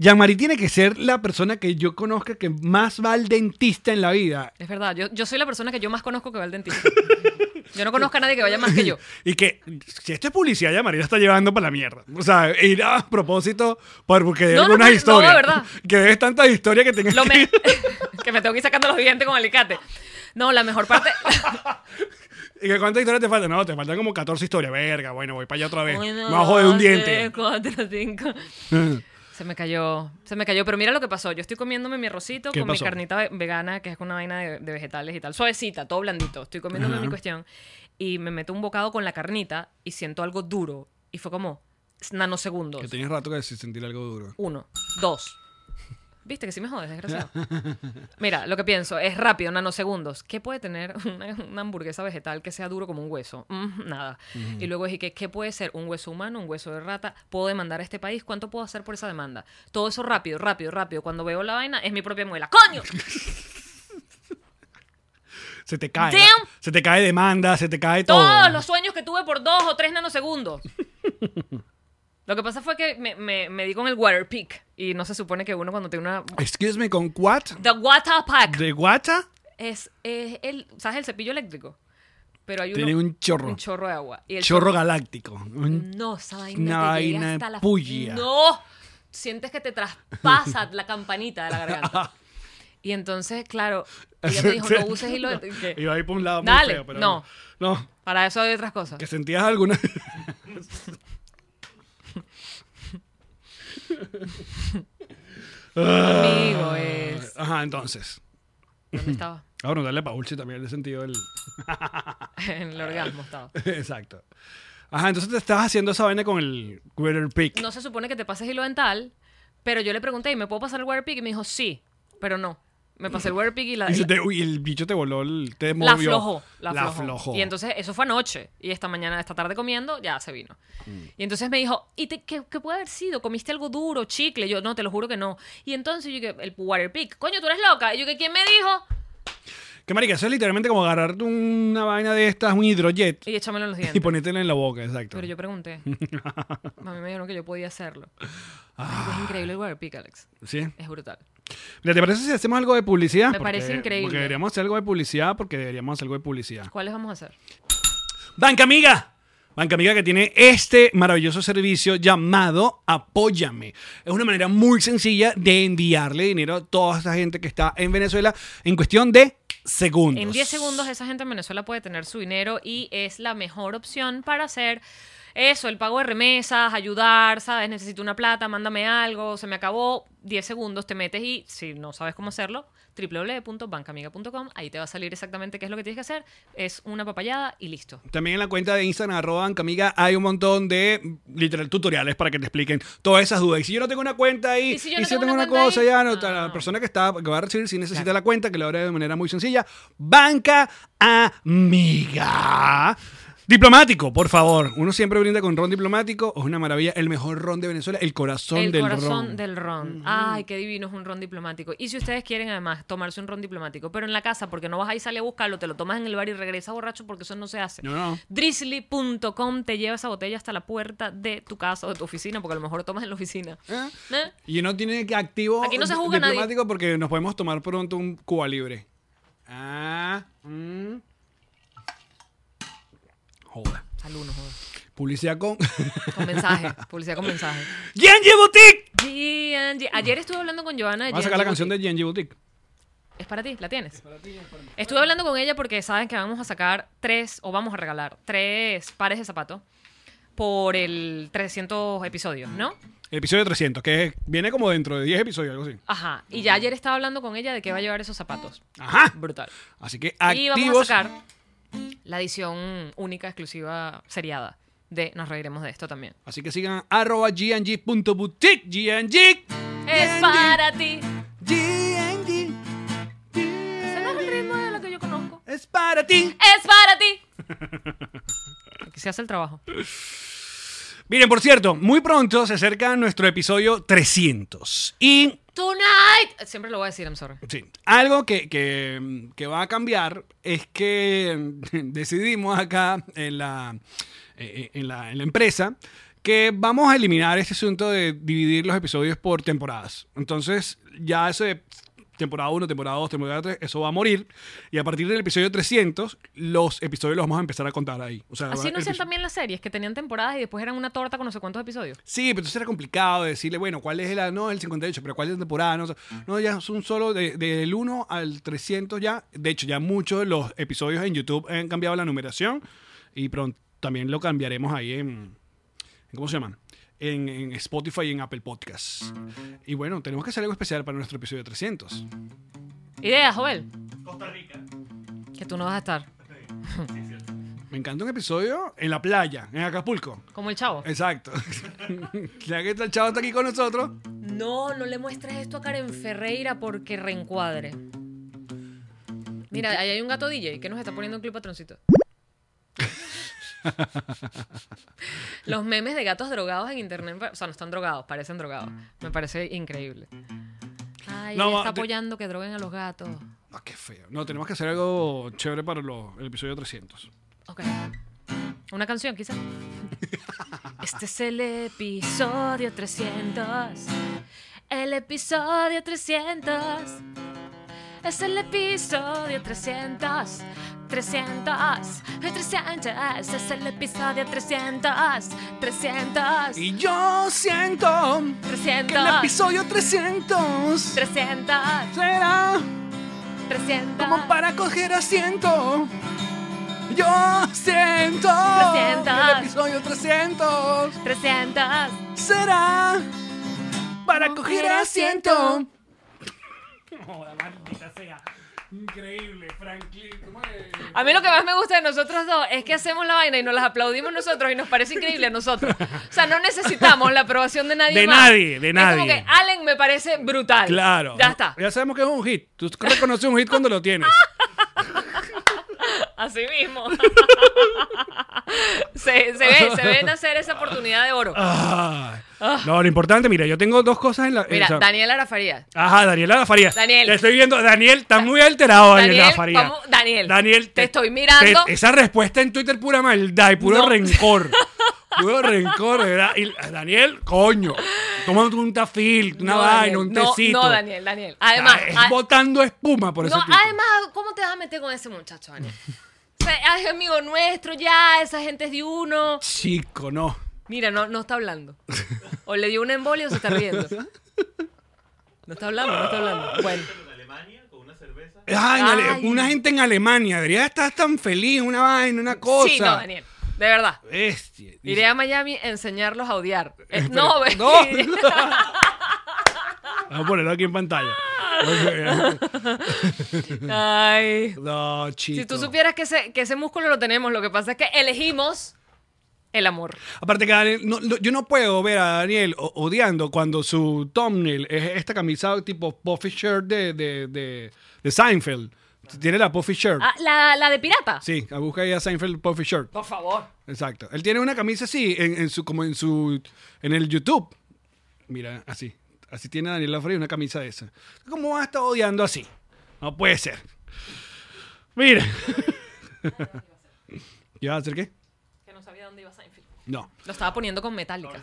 Speaker 4: Yamari tiene que ser la persona que yo conozca que más va al dentista en la vida.
Speaker 5: Es verdad, yo, yo soy la persona que yo más conozco que va al dentista. Yo no conozco a nadie que vaya más que yo.
Speaker 4: Y que, si esto es publicidad, Yamari la está llevando para la mierda. O sea, ir a propósito, por- porque de
Speaker 5: No, no,
Speaker 4: algunas
Speaker 5: no, no,
Speaker 4: historias.
Speaker 5: de verdad.
Speaker 4: Que debes tanta historia que tengas
Speaker 5: Lo
Speaker 4: que
Speaker 5: me- que me tengo que ir sacando los dientes con alicate. No, la mejor parte.
Speaker 4: ¿Y que cuántas historias te faltan? No, te faltan como 14 historias. Verga, bueno, voy para allá otra vez. me bajo de un diente.
Speaker 5: Cuatro, cinco. Se me cayó, se me cayó. Pero mira lo que pasó. Yo estoy comiéndome mi arrocito
Speaker 4: ¿Qué
Speaker 5: con
Speaker 4: pasó?
Speaker 5: mi carnita ve- vegana, que es una vaina de, de vegetales y tal. Suavecita, todo blandito. Estoy comiéndome mi cuestión. Y me meto un bocado con la carnita y siento algo duro. Y fue como nanosegundos.
Speaker 4: Que tenías rato que sentir algo duro.
Speaker 5: Uno. Dos. Viste que sí me jodes, desgraciado. Mira, lo que pienso es rápido, nanosegundos. ¿Qué puede tener una, una hamburguesa vegetal que sea duro como un hueso? Mm, nada. Y luego dije que, ¿qué puede ser un hueso humano, un hueso de rata? ¿Puedo demandar a este país? ¿Cuánto puedo hacer por esa demanda? Todo eso rápido, rápido, rápido. Cuando veo la vaina, es mi propia muela. ¡Coño!
Speaker 4: Se te cae.
Speaker 5: Damn.
Speaker 4: Se te cae demanda, se te cae todo.
Speaker 5: Todos los sueños que tuve por dos o tres nanosegundos. Lo que pasa fue que me, me- me di con el water peak. Y no se supone que uno cuando tiene una...
Speaker 4: Excuse me, ¿con what?
Speaker 5: The water pack.
Speaker 4: ¿De guacha?
Speaker 5: es, es el, ¿sabes el cepillo eléctrico? Pero hay uno,
Speaker 4: Tiene un chorro.
Speaker 5: un chorro Mm. de agua. Y el
Speaker 4: Chorro galáctico. Un-
Speaker 5: No, esa vaina
Speaker 4: Una
Speaker 5: te llega
Speaker 4: vaina
Speaker 5: hasta la
Speaker 4: puya.
Speaker 5: No, sientes que te traspasa la campanita de la garganta. Y entonces, claro, ella me dijo, no uses hilo de... ¿qué?
Speaker 4: Iba a ir por un lado muy
Speaker 5: Dale,
Speaker 4: feo, pero
Speaker 5: no.
Speaker 4: no. No,
Speaker 5: Para eso hay otras cosas.
Speaker 4: que sentías alguna...
Speaker 5: Amigo
Speaker 4: Ah.
Speaker 5: es...
Speaker 4: Ajá, entonces.
Speaker 5: ¿Dónde estaba?
Speaker 4: Ahora preguntarle a Paulchi también el sentido del...
Speaker 5: en el orgasmo estaba.
Speaker 4: Exacto. Ajá, entonces te estabas haciendo esa vaina con el Quitter Peak.
Speaker 5: No se supone que te pases hilo dental, pero yo le pregunté, ¿y me puedo pasar el water peak? Y me dijo, sí, pero no. Me pasé el water peak y la...
Speaker 4: Y, se te- uy, el bicho te voló, el- te movió.
Speaker 5: La aflojó, la
Speaker 4: La
Speaker 5: aflojó.
Speaker 4: aflojó.
Speaker 5: Y entonces eso fue anoche. Y esta mañana, esta tarde comiendo, ya se vino.
Speaker 4: Mm.
Speaker 5: Y entonces me dijo, ¿y te- qué, qué puede haber sido? ¿Comiste algo duro, chicle? Yo, no, te lo juro que no. Y entonces yo, que, el water pick, coño, tú eres loca. Y yo, que, ¿quién me dijo?
Speaker 4: Que marica, eso es literalmente como agarrar una vaina de estas, un hidrojet,
Speaker 5: Y échamelo en los
Speaker 4: y
Speaker 5: dientes.
Speaker 4: ponértela en la boca, exacto.
Speaker 5: Pero yo pregunté. A mí me dijeron que yo podía hacerlo.
Speaker 4: Ah.
Speaker 5: Es increíble el water pick, Alex.
Speaker 4: ¿Sí?
Speaker 5: Es brutal.
Speaker 4: Mira, ¿te parece si hacemos algo de publicidad?
Speaker 5: Me parece increíble.
Speaker 4: Porque deberíamos hacer algo de publicidad, porque deberíamos hacer algo de publicidad.
Speaker 5: ¿Cuáles vamos a hacer?
Speaker 4: Banca Amiga. Banca Amiga que tiene este maravilloso servicio llamado Apóyame. Es una manera muy sencilla de enviarle dinero a toda esa gente que está en Venezuela en cuestión de segundos.
Speaker 5: En 10 segundos esa gente en Venezuela puede tener su dinero y es la mejor opción para hacer eso, el pago de remesas, ayudar, ¿sabes? Necesito una plata, mándame algo, se me acabó, 10 segundos, te metes y si no sabes cómo hacerlo, www.bancamiga.com, ahí te va a salir exactamente qué es lo que tienes que hacer, es una papayada y listo.
Speaker 4: También en la cuenta de Instagram, arroba Bancamiga, hay un montón de mm, literal tutoriales para que te expliquen todas esas dudas. Y si yo no tengo una cuenta ahí,
Speaker 5: Y si yo no tengo una cuenta
Speaker 4: cosa,
Speaker 5: ahí, Ah.
Speaker 4: ya no,
Speaker 5: no.
Speaker 4: la persona que está que va a recibir, si necesita la cuenta, que lo haré de manera muy sencilla. Banca Amiga. Diplomático, por favor. Uno siempre brinda con ron diplomático. Es una maravilla. El mejor ron de Venezuela, el corazón
Speaker 5: el
Speaker 4: del
Speaker 5: corazón
Speaker 4: ron.
Speaker 5: del ron. Ay, qué divino es un ron diplomático. Y si ustedes quieren además tomarse un ron diplomático, pero en la casa, porque no vas ahí, sale a buscarlo, te lo tomas en el bar y regresas borracho porque eso no se hace.
Speaker 4: No, no.
Speaker 5: Drizzly.com te lleva esa botella hasta la puerta de tu casa o de tu oficina, porque a lo mejor lo tomas en la oficina. ¿Eh?
Speaker 4: Y no tiene que activo
Speaker 5: Aquí no se juzga a nadie.
Speaker 4: diplomático porque nos podemos tomar pronto un Cuba libre. Ah, mm. Joda.
Speaker 5: Salud, no jodas.
Speaker 4: Publicidad con.
Speaker 5: Con mensaje, publicidad con mensaje.
Speaker 4: ¡Genji Boutique!
Speaker 5: G&G. Ayer estuve hablando con Joana de
Speaker 4: Vamos a sacar la
Speaker 5: G&G
Speaker 4: canción de Genji Boutique.
Speaker 5: Es para ti, la tienes. Estuve hablando con ella porque saben que vamos a sacar tres, o vamos a regalar tres pares de zapatos por el 300 episodios, ¿no?
Speaker 4: El episodio 300, que viene como dentro de 10 episodios, algo así.
Speaker 5: Ajá. Y ya ayer estaba hablando con ella de qué va a llevar esos zapatos.
Speaker 4: Ajá.
Speaker 5: Brutal.
Speaker 4: Así que
Speaker 5: Y
Speaker 4: activos.
Speaker 5: vamos a sacar la edición única, exclusiva, seriada de Nos Reiremos de esto también.
Speaker 4: Así que sigan arroba gng.boutique. GNG.
Speaker 5: Es para ti.
Speaker 4: GNG.
Speaker 5: Ese no es el ritmo de lo que yo conozco.
Speaker 4: Es para ti.
Speaker 5: Es para ti. Aquí se hace el trabajo.
Speaker 4: Miren, por cierto, muy pronto se acerca nuestro episodio 300. Y
Speaker 5: Tonight. Siempre lo voy a decir, I'm sorry.
Speaker 4: Sí. Algo que, que- que va a cambiar es que decidimos acá en la, eh, en la, en la empresa que vamos a eliminar este asunto de dividir los episodios por temporadas. Entonces, ya eso de temporada 1, temporada 2, temporada 3, eso va a morir. Y a partir del episodio 300, los episodios los vamos a empezar a contar ahí. O sea, va-
Speaker 5: Así no
Speaker 4: el
Speaker 5: hacían
Speaker 4: episodio-
Speaker 5: también las series, que tenían temporadas y después eran una torta con no sé cuántos episodios.
Speaker 4: Sí, pero entonces era complicado decirle, bueno, ¿cuál es la, no, el 58, pero cuál es la temporada? No, O sea, no, ya es un solo, de- del 1 al 300 ya. De hecho, ya muchos de los episodios en YouTube han cambiado la numeración y pronto también lo cambiaremos ahí en, en- ¿cómo se llama? En, en Spotify y en Apple Podcasts. Y bueno, tenemos que hacer algo especial para nuestro episodio 300.
Speaker 5: Idea, Joel. Costa Rica. Que tú no vas a estar.
Speaker 4: Me encanta un episodio en la playa, en Acapulco.
Speaker 5: Como el chavo.
Speaker 4: Exacto. ya que el chavo está aquí con nosotros.
Speaker 5: No, no le muestres esto a Karen Ferreira porque reencuadre. Mira, ahí hay un gato DJ que nos está poniendo un clip patroncito. Los memes de gatos drogados en internet, o sea, no están drogados, parecen drogados. Me parece increíble. Ay,
Speaker 4: No,
Speaker 5: ella
Speaker 4: ma-
Speaker 5: está
Speaker 4: te-
Speaker 5: apoyando que droguen a los gatos.
Speaker 4: Ah, qué feo. No, tenemos que hacer algo chévere para los- el episodio 300.
Speaker 5: Ok. Una canción, quizá. Este es el episodio 300. El episodio 300. Es el episodio 300. 300. El 300. Es el episodio 300. 300.
Speaker 4: Y yo siento que el
Speaker 5: 300.
Speaker 4: episodio 300
Speaker 5: 300.
Speaker 4: será
Speaker 5: 300.
Speaker 4: como para coger asiento. Yo siento que el
Speaker 5: 300.
Speaker 4: episodio 300
Speaker 5: 300.
Speaker 4: será para coger asiento. Increíble, Franklin.
Speaker 5: A mí lo que más me gusta de nosotros dos es que hacemos la vaina y nos las aplaudimos nosotros y nos parece increíble a nosotros. O sea, no necesitamos la aprobación de nadie
Speaker 4: De
Speaker 5: más.
Speaker 4: nadie, de
Speaker 5: Es como
Speaker 4: nadie.
Speaker 5: que Allen me parece brutal.
Speaker 4: Claro.
Speaker 5: Ya está.
Speaker 4: Ya sabemos que es un hit. Tú reconoces un hit cuando lo tienes.
Speaker 5: Así mismo. se, se ve, se ve nacer esa oportunidad de oro.
Speaker 4: Ay. Ah. No, lo importante, mira, yo tengo dos cosas en la.
Speaker 5: Ah. Mira,
Speaker 4: o sea-
Speaker 5: Daniel Arafaría.
Speaker 4: Ajá, Daniela Faría.
Speaker 5: Daniel.
Speaker 4: Te estoy viendo. Daniel, está muy alterado, Daniela
Speaker 5: Daniel,
Speaker 4: Faría.
Speaker 5: vamos- Daniel,
Speaker 4: Daniel,
Speaker 5: te estoy mirando.
Speaker 4: te- esa respuesta en Twitter pura maldad y puro
Speaker 5: No.
Speaker 4: rencor. Puro rencor, de ¿verdad? Y ah, Daniel, coño. Tomando un tafil, una
Speaker 5: No,
Speaker 4: vaina,
Speaker 5: Daniel,
Speaker 4: un
Speaker 5: no,
Speaker 4: tecito.
Speaker 5: No, Daniel, Daniel. Además,
Speaker 4: Ah, es
Speaker 5: a-
Speaker 4: botando espuma por
Speaker 5: No,
Speaker 4: ese tipo.
Speaker 5: además, ¿cómo te vas a meter con ese muchacho, Daniel? O sea, es amigo nuestro ya, esa gente es de uno.
Speaker 4: Chico, no.
Speaker 5: Mira, no, no está hablando. O le dio un embolio o se está riendo. No está hablando, no está hablando. Bueno,
Speaker 4: Ay, en Ale-
Speaker 5: Ay.
Speaker 4: Una gente en Alemania debería estar tan feliz, una vaina, una cosa.
Speaker 5: sí, no, Daniel. De verdad.
Speaker 4: Bestia. Dice-
Speaker 5: Iré a Miami a enseñarlos a odiar. Eh, no, ve-
Speaker 4: No. Vamos a ponerlo aquí en pantalla.
Speaker 5: Ah.
Speaker 4: Ok.
Speaker 5: Ay.
Speaker 4: No, chico.
Speaker 5: Si tú supieras que ese, que ese músculo lo tenemos, lo que pasa es que elegimos el amor.
Speaker 4: Aparte que Daniel- no, no, yo no puedo ver a Daniel o- odiando cuando su thumbnail es esta camisa tipo puffy shirt de, de, de, de Seinfeld. Tiene la puffy shirt.
Speaker 5: Ah, la, la de pirata.
Speaker 4: Sí, busca ahí a Seinfeld puffy shirt.
Speaker 5: Por favor.
Speaker 4: Exacto. Él tiene una camisa así, en, en su, como en su, en el YouTube. Mira, así. Así tiene Daniel Lafrey una camisa de esa. ¿Cómo va a estar odiando así? No puede ser. Mira. ¿Y vas a hacer qué?
Speaker 5: Que no sabía dónde iba Seinfeld.
Speaker 4: No.
Speaker 5: Lo estaba poniendo con metálica.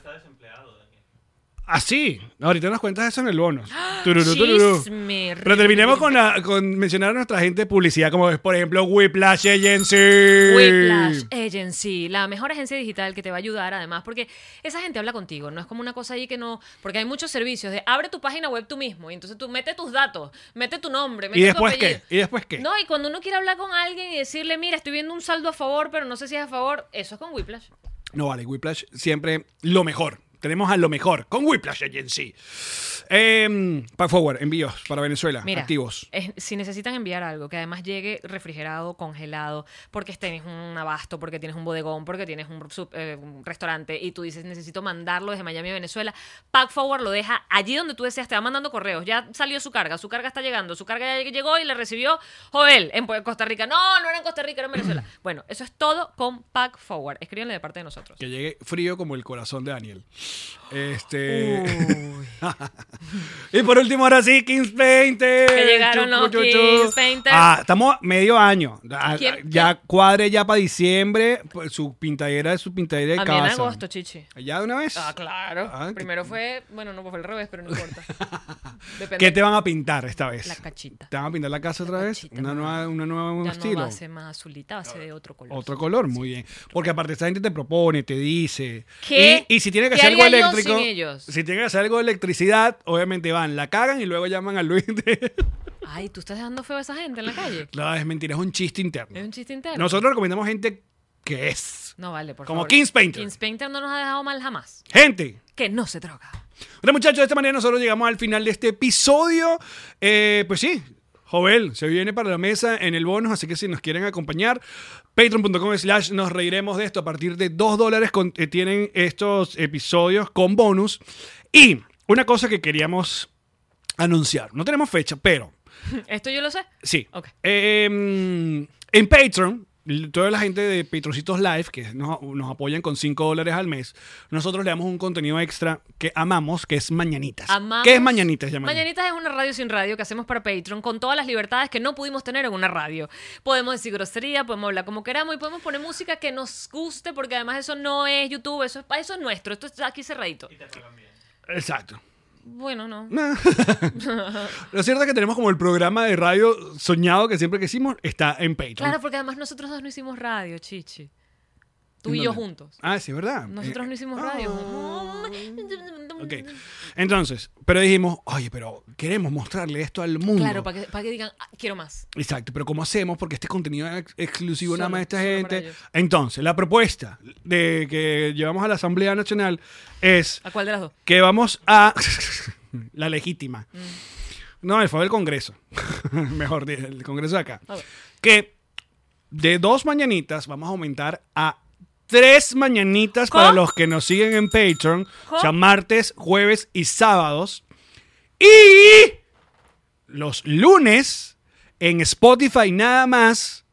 Speaker 4: Así. Ahorita nos cuentas eso en el bonus. Tururú, tururú.
Speaker 5: ¡Ah, Chisme.
Speaker 4: Pero terminemos con, la- con mencionar a nuestra gente de publicidad, como es, por ejemplo, Whiplash Agency.
Speaker 5: Whiplash Agency, la mejor agencia digital que te va a ayudar además, porque esa gente habla contigo, no es como una cosa ahí que no, porque hay muchos servicios de abre tu página web tú mismo y entonces tú mete tus datos, mete tu nombre, mete
Speaker 4: ¿Y después
Speaker 5: tu apellido.
Speaker 4: qué? ¿Y después qué?
Speaker 5: Este No, y cuando uno quiere hablar con alguien y decirle, mira, estoy viendo un saldo a favor, pero no sé si es a favor, eso es con Whiplash.
Speaker 4: No vale, Whiplash siempre lo mejor. Tenemos a lo mejor con Whiplash Agency. Eh, pack Forward, envíos para Venezuela,
Speaker 5: Mira,
Speaker 4: activos.
Speaker 5: es- si necesitan enviar algo que además llegue refrigerado, congelado, porque tienes un abasto, porque tienes un bodegón, porque tienes un, sup- eh, un restaurante y tú dices necesito mandarlo desde Miami a Venezuela, Pack Forward lo deja allí donde tú deseas, te va mandando correos, ya salió su carga, su carga está llegando, su carga ya llegó y la recibió Joel en Pu- Costa Rica. No, no era en Costa Rica, era en Venezuela. bueno, eso es todo con Pack Forward. Escríbanle de parte de nosotros.
Speaker 4: Que llegue frío como el corazón de Daniel. Este. y por último, ahora sí, Kings Painter.
Speaker 5: Que llegaron los Kings Painters.
Speaker 4: Ah, estamos a medio año. Ah,
Speaker 5: ¿Quién-
Speaker 4: ya cuadre ya para diciembre. pues, Su pintadera es su pintadera de
Speaker 5: A mí en
Speaker 4: casa.
Speaker 5: agosto, chichi.
Speaker 4: ¿Ya de una vez?
Speaker 5: Ah, claro.
Speaker 4: Ah, ¿qué-
Speaker 5: Primero fue, bueno, no fue al revés, pero no importa. Depende.
Speaker 4: ¿Qué te van a pintar esta vez?
Speaker 5: La cachita.
Speaker 4: ¿Te van a pintar la casa otra
Speaker 5: La
Speaker 4: vez?
Speaker 5: cachita,
Speaker 4: ¿Una
Speaker 5: no.
Speaker 4: nueva, una nueva un
Speaker 5: ya
Speaker 4: estilo?
Speaker 5: no va a ser más azulita, va a ser de otro color.
Speaker 4: Otro color, muy bien. Porque aparte esta gente te propone, te dice.
Speaker 5: ¿Qué?
Speaker 4: Y, y si tiene que
Speaker 5: ¿Qué
Speaker 4: hacer algo
Speaker 5: haría yo
Speaker 4: eléctrico.
Speaker 5: sin ellos?
Speaker 4: Si tiene que hacer algo de electricidad, obviamente van, la cagan y luego llaman a Luis. de-
Speaker 5: Ay, tú estás dejando feo a esa gente en la calle.
Speaker 4: no, es mentira, es un chiste interno.
Speaker 5: Es un chiste interno.
Speaker 4: Nosotros recomendamos gente que es.
Speaker 5: no vale, por
Speaker 4: como
Speaker 5: favor.
Speaker 4: King's Painter.
Speaker 5: King's Painter no nos ha dejado mal jamás.
Speaker 4: Gente.
Speaker 5: Que no se droga.
Speaker 4: Bueno, muchachos, de esta manera nosotros llegamos al final de este episodio. Eh, pues sí, Jovel se viene para la mesa en el bonus, así que si nos quieren acompañar, patreon.com slash nos reiremos de esto. A partir de 2 dólares con- eh, tienen estos episodios con bonus. Y una cosa que queríamos anunciar, no tenemos fecha, pero
Speaker 5: Esto yo lo sé.
Speaker 4: Sí.
Speaker 5: Ok.
Speaker 4: Eh, en Patreon, l- toda la gente de Patroncitos Live, que nos, nos apoyan con 5 dólares al mes, nosotros le damos un contenido extra que amamos, que es Mañanitas.
Speaker 5: Amamos.
Speaker 4: ¿Qué es Mañanitas? ya, Mañanitas?
Speaker 5: Mañanitas es una radio sin radio que hacemos para Patreon con todas las libertades que no pudimos tener en una radio. Podemos decir grosería, podemos hablar como queramos y podemos poner música que nos guste porque además eso no es YouTube, eso es, eso es nuestro, esto está aquí cerradito.
Speaker 4: Exacto.
Speaker 5: Bueno, no.
Speaker 4: Lo cierto es que tenemos como el programa de radio soñado que siempre quisimos está en Patreon.
Speaker 5: Claro, porque además nosotros dos no hicimos radio, Chichi. Tú
Speaker 4: ¿En
Speaker 5: y yo
Speaker 4: dónde?
Speaker 5: juntos.
Speaker 4: Ah, sí, es verdad.
Speaker 5: Nosotros
Speaker 4: Eh,
Speaker 5: no hicimos
Speaker 4: ah,
Speaker 5: radio.
Speaker 4: Ok. Entonces, pero dijimos, oye, pero queremos mostrarle esto al mundo.
Speaker 5: Claro, para que, para que digan, "Ah, quiero más.
Speaker 4: Exacto, pero ¿cómo hacemos? Porque este contenido es ex- exclusivo nada
Speaker 5: Solo-
Speaker 4: más de esta
Speaker 5: solo para
Speaker 4: gente.
Speaker 5: ellos.
Speaker 4: Entonces, la propuesta de que llevamos a la Asamblea Nacional es
Speaker 5: ¿A cuál de las dos?
Speaker 4: que vamos a la legítima.
Speaker 5: Mm.
Speaker 4: No, el favor del Congreso. Mejor, dije, el Congreso de acá.
Speaker 5: A ver.
Speaker 4: Que de dos mañanitas vamos a aumentar a tres mañanitas
Speaker 5: ¿Cómo?
Speaker 4: para los que nos siguen en Patreon.
Speaker 5: ¿Cómo?
Speaker 4: O sea, martes, jueves y sábados. Y los lunes en Spotify nada más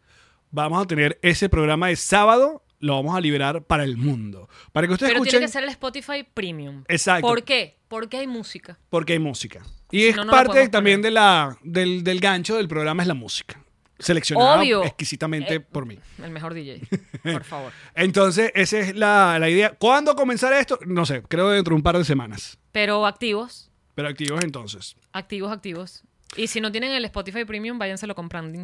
Speaker 4: vamos a tener ese programa de sábado. Lo vamos a liberar para el mundo. Para que ustedes
Speaker 5: Pero
Speaker 4: escuchen
Speaker 5: tiene que ser el Spotify Premium.
Speaker 4: Exacto.
Speaker 5: ¿Por qué? Porque hay música.
Speaker 4: porque hay música. Y
Speaker 5: Si
Speaker 4: es
Speaker 5: no, no la
Speaker 4: parte
Speaker 5: podemos
Speaker 4: también de
Speaker 5: poner.
Speaker 4: la, del, del gancho del programa es la música. Seleccionada
Speaker 5: Obvio.
Speaker 4: exquisitamente
Speaker 5: Eh,
Speaker 4: por mí.
Speaker 5: El mejor DJ. Por favor.
Speaker 4: Entonces, esa es la, la idea. ¿Cuándo comenzar esto? No sé, creo dentro de un par de semanas.
Speaker 5: Pero activos,
Speaker 4: Pero activos entonces.
Speaker 5: activos, activos. Y si no tienen el Spotify Premium, váyanselo comprando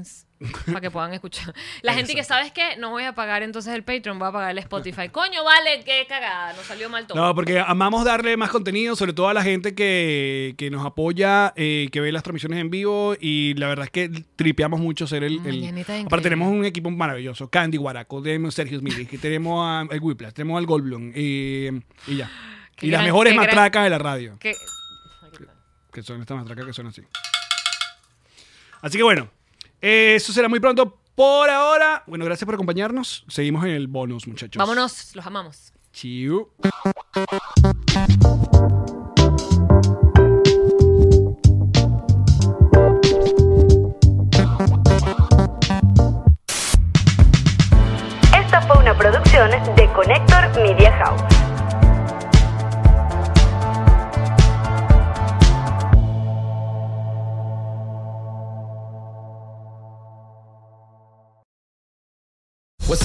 Speaker 5: para que puedan escuchar. La gente que sabes que no voy a pagar entonces el Patreon, voy a pagar el Spotify. Coño, vale, qué cagada, no salió mal todo.
Speaker 4: No, porque amamos darle más contenido, sobre todo a la gente que, que nos apoya, eh, que ve las transmisiones en vivo y la verdad es que tripeamos mucho ser el... el-
Speaker 5: Mañanita de
Speaker 4: aparte
Speaker 5: increíble.
Speaker 4: tenemos un equipo maravilloso, Candy Guaraco, tenemos Sergio Smith, que tenemos a el Whiplash, tenemos al Goldblum eh, y ya.
Speaker 5: Qué
Speaker 4: Y las
Speaker 5: gran-
Speaker 4: mejores
Speaker 5: qué gran-
Speaker 4: matracas de la radio,
Speaker 5: Que-
Speaker 4: que son estas matracas que son así. Así que bueno, eh, eso será muy pronto. Por ahora, bueno, gracias por acompañarnos. Seguimos en el bonus, muchachos.
Speaker 5: Vámonos, los amamos.
Speaker 4: Chiu.
Speaker 1: Esta fue una producción de Connector Media House.
Speaker 6: What's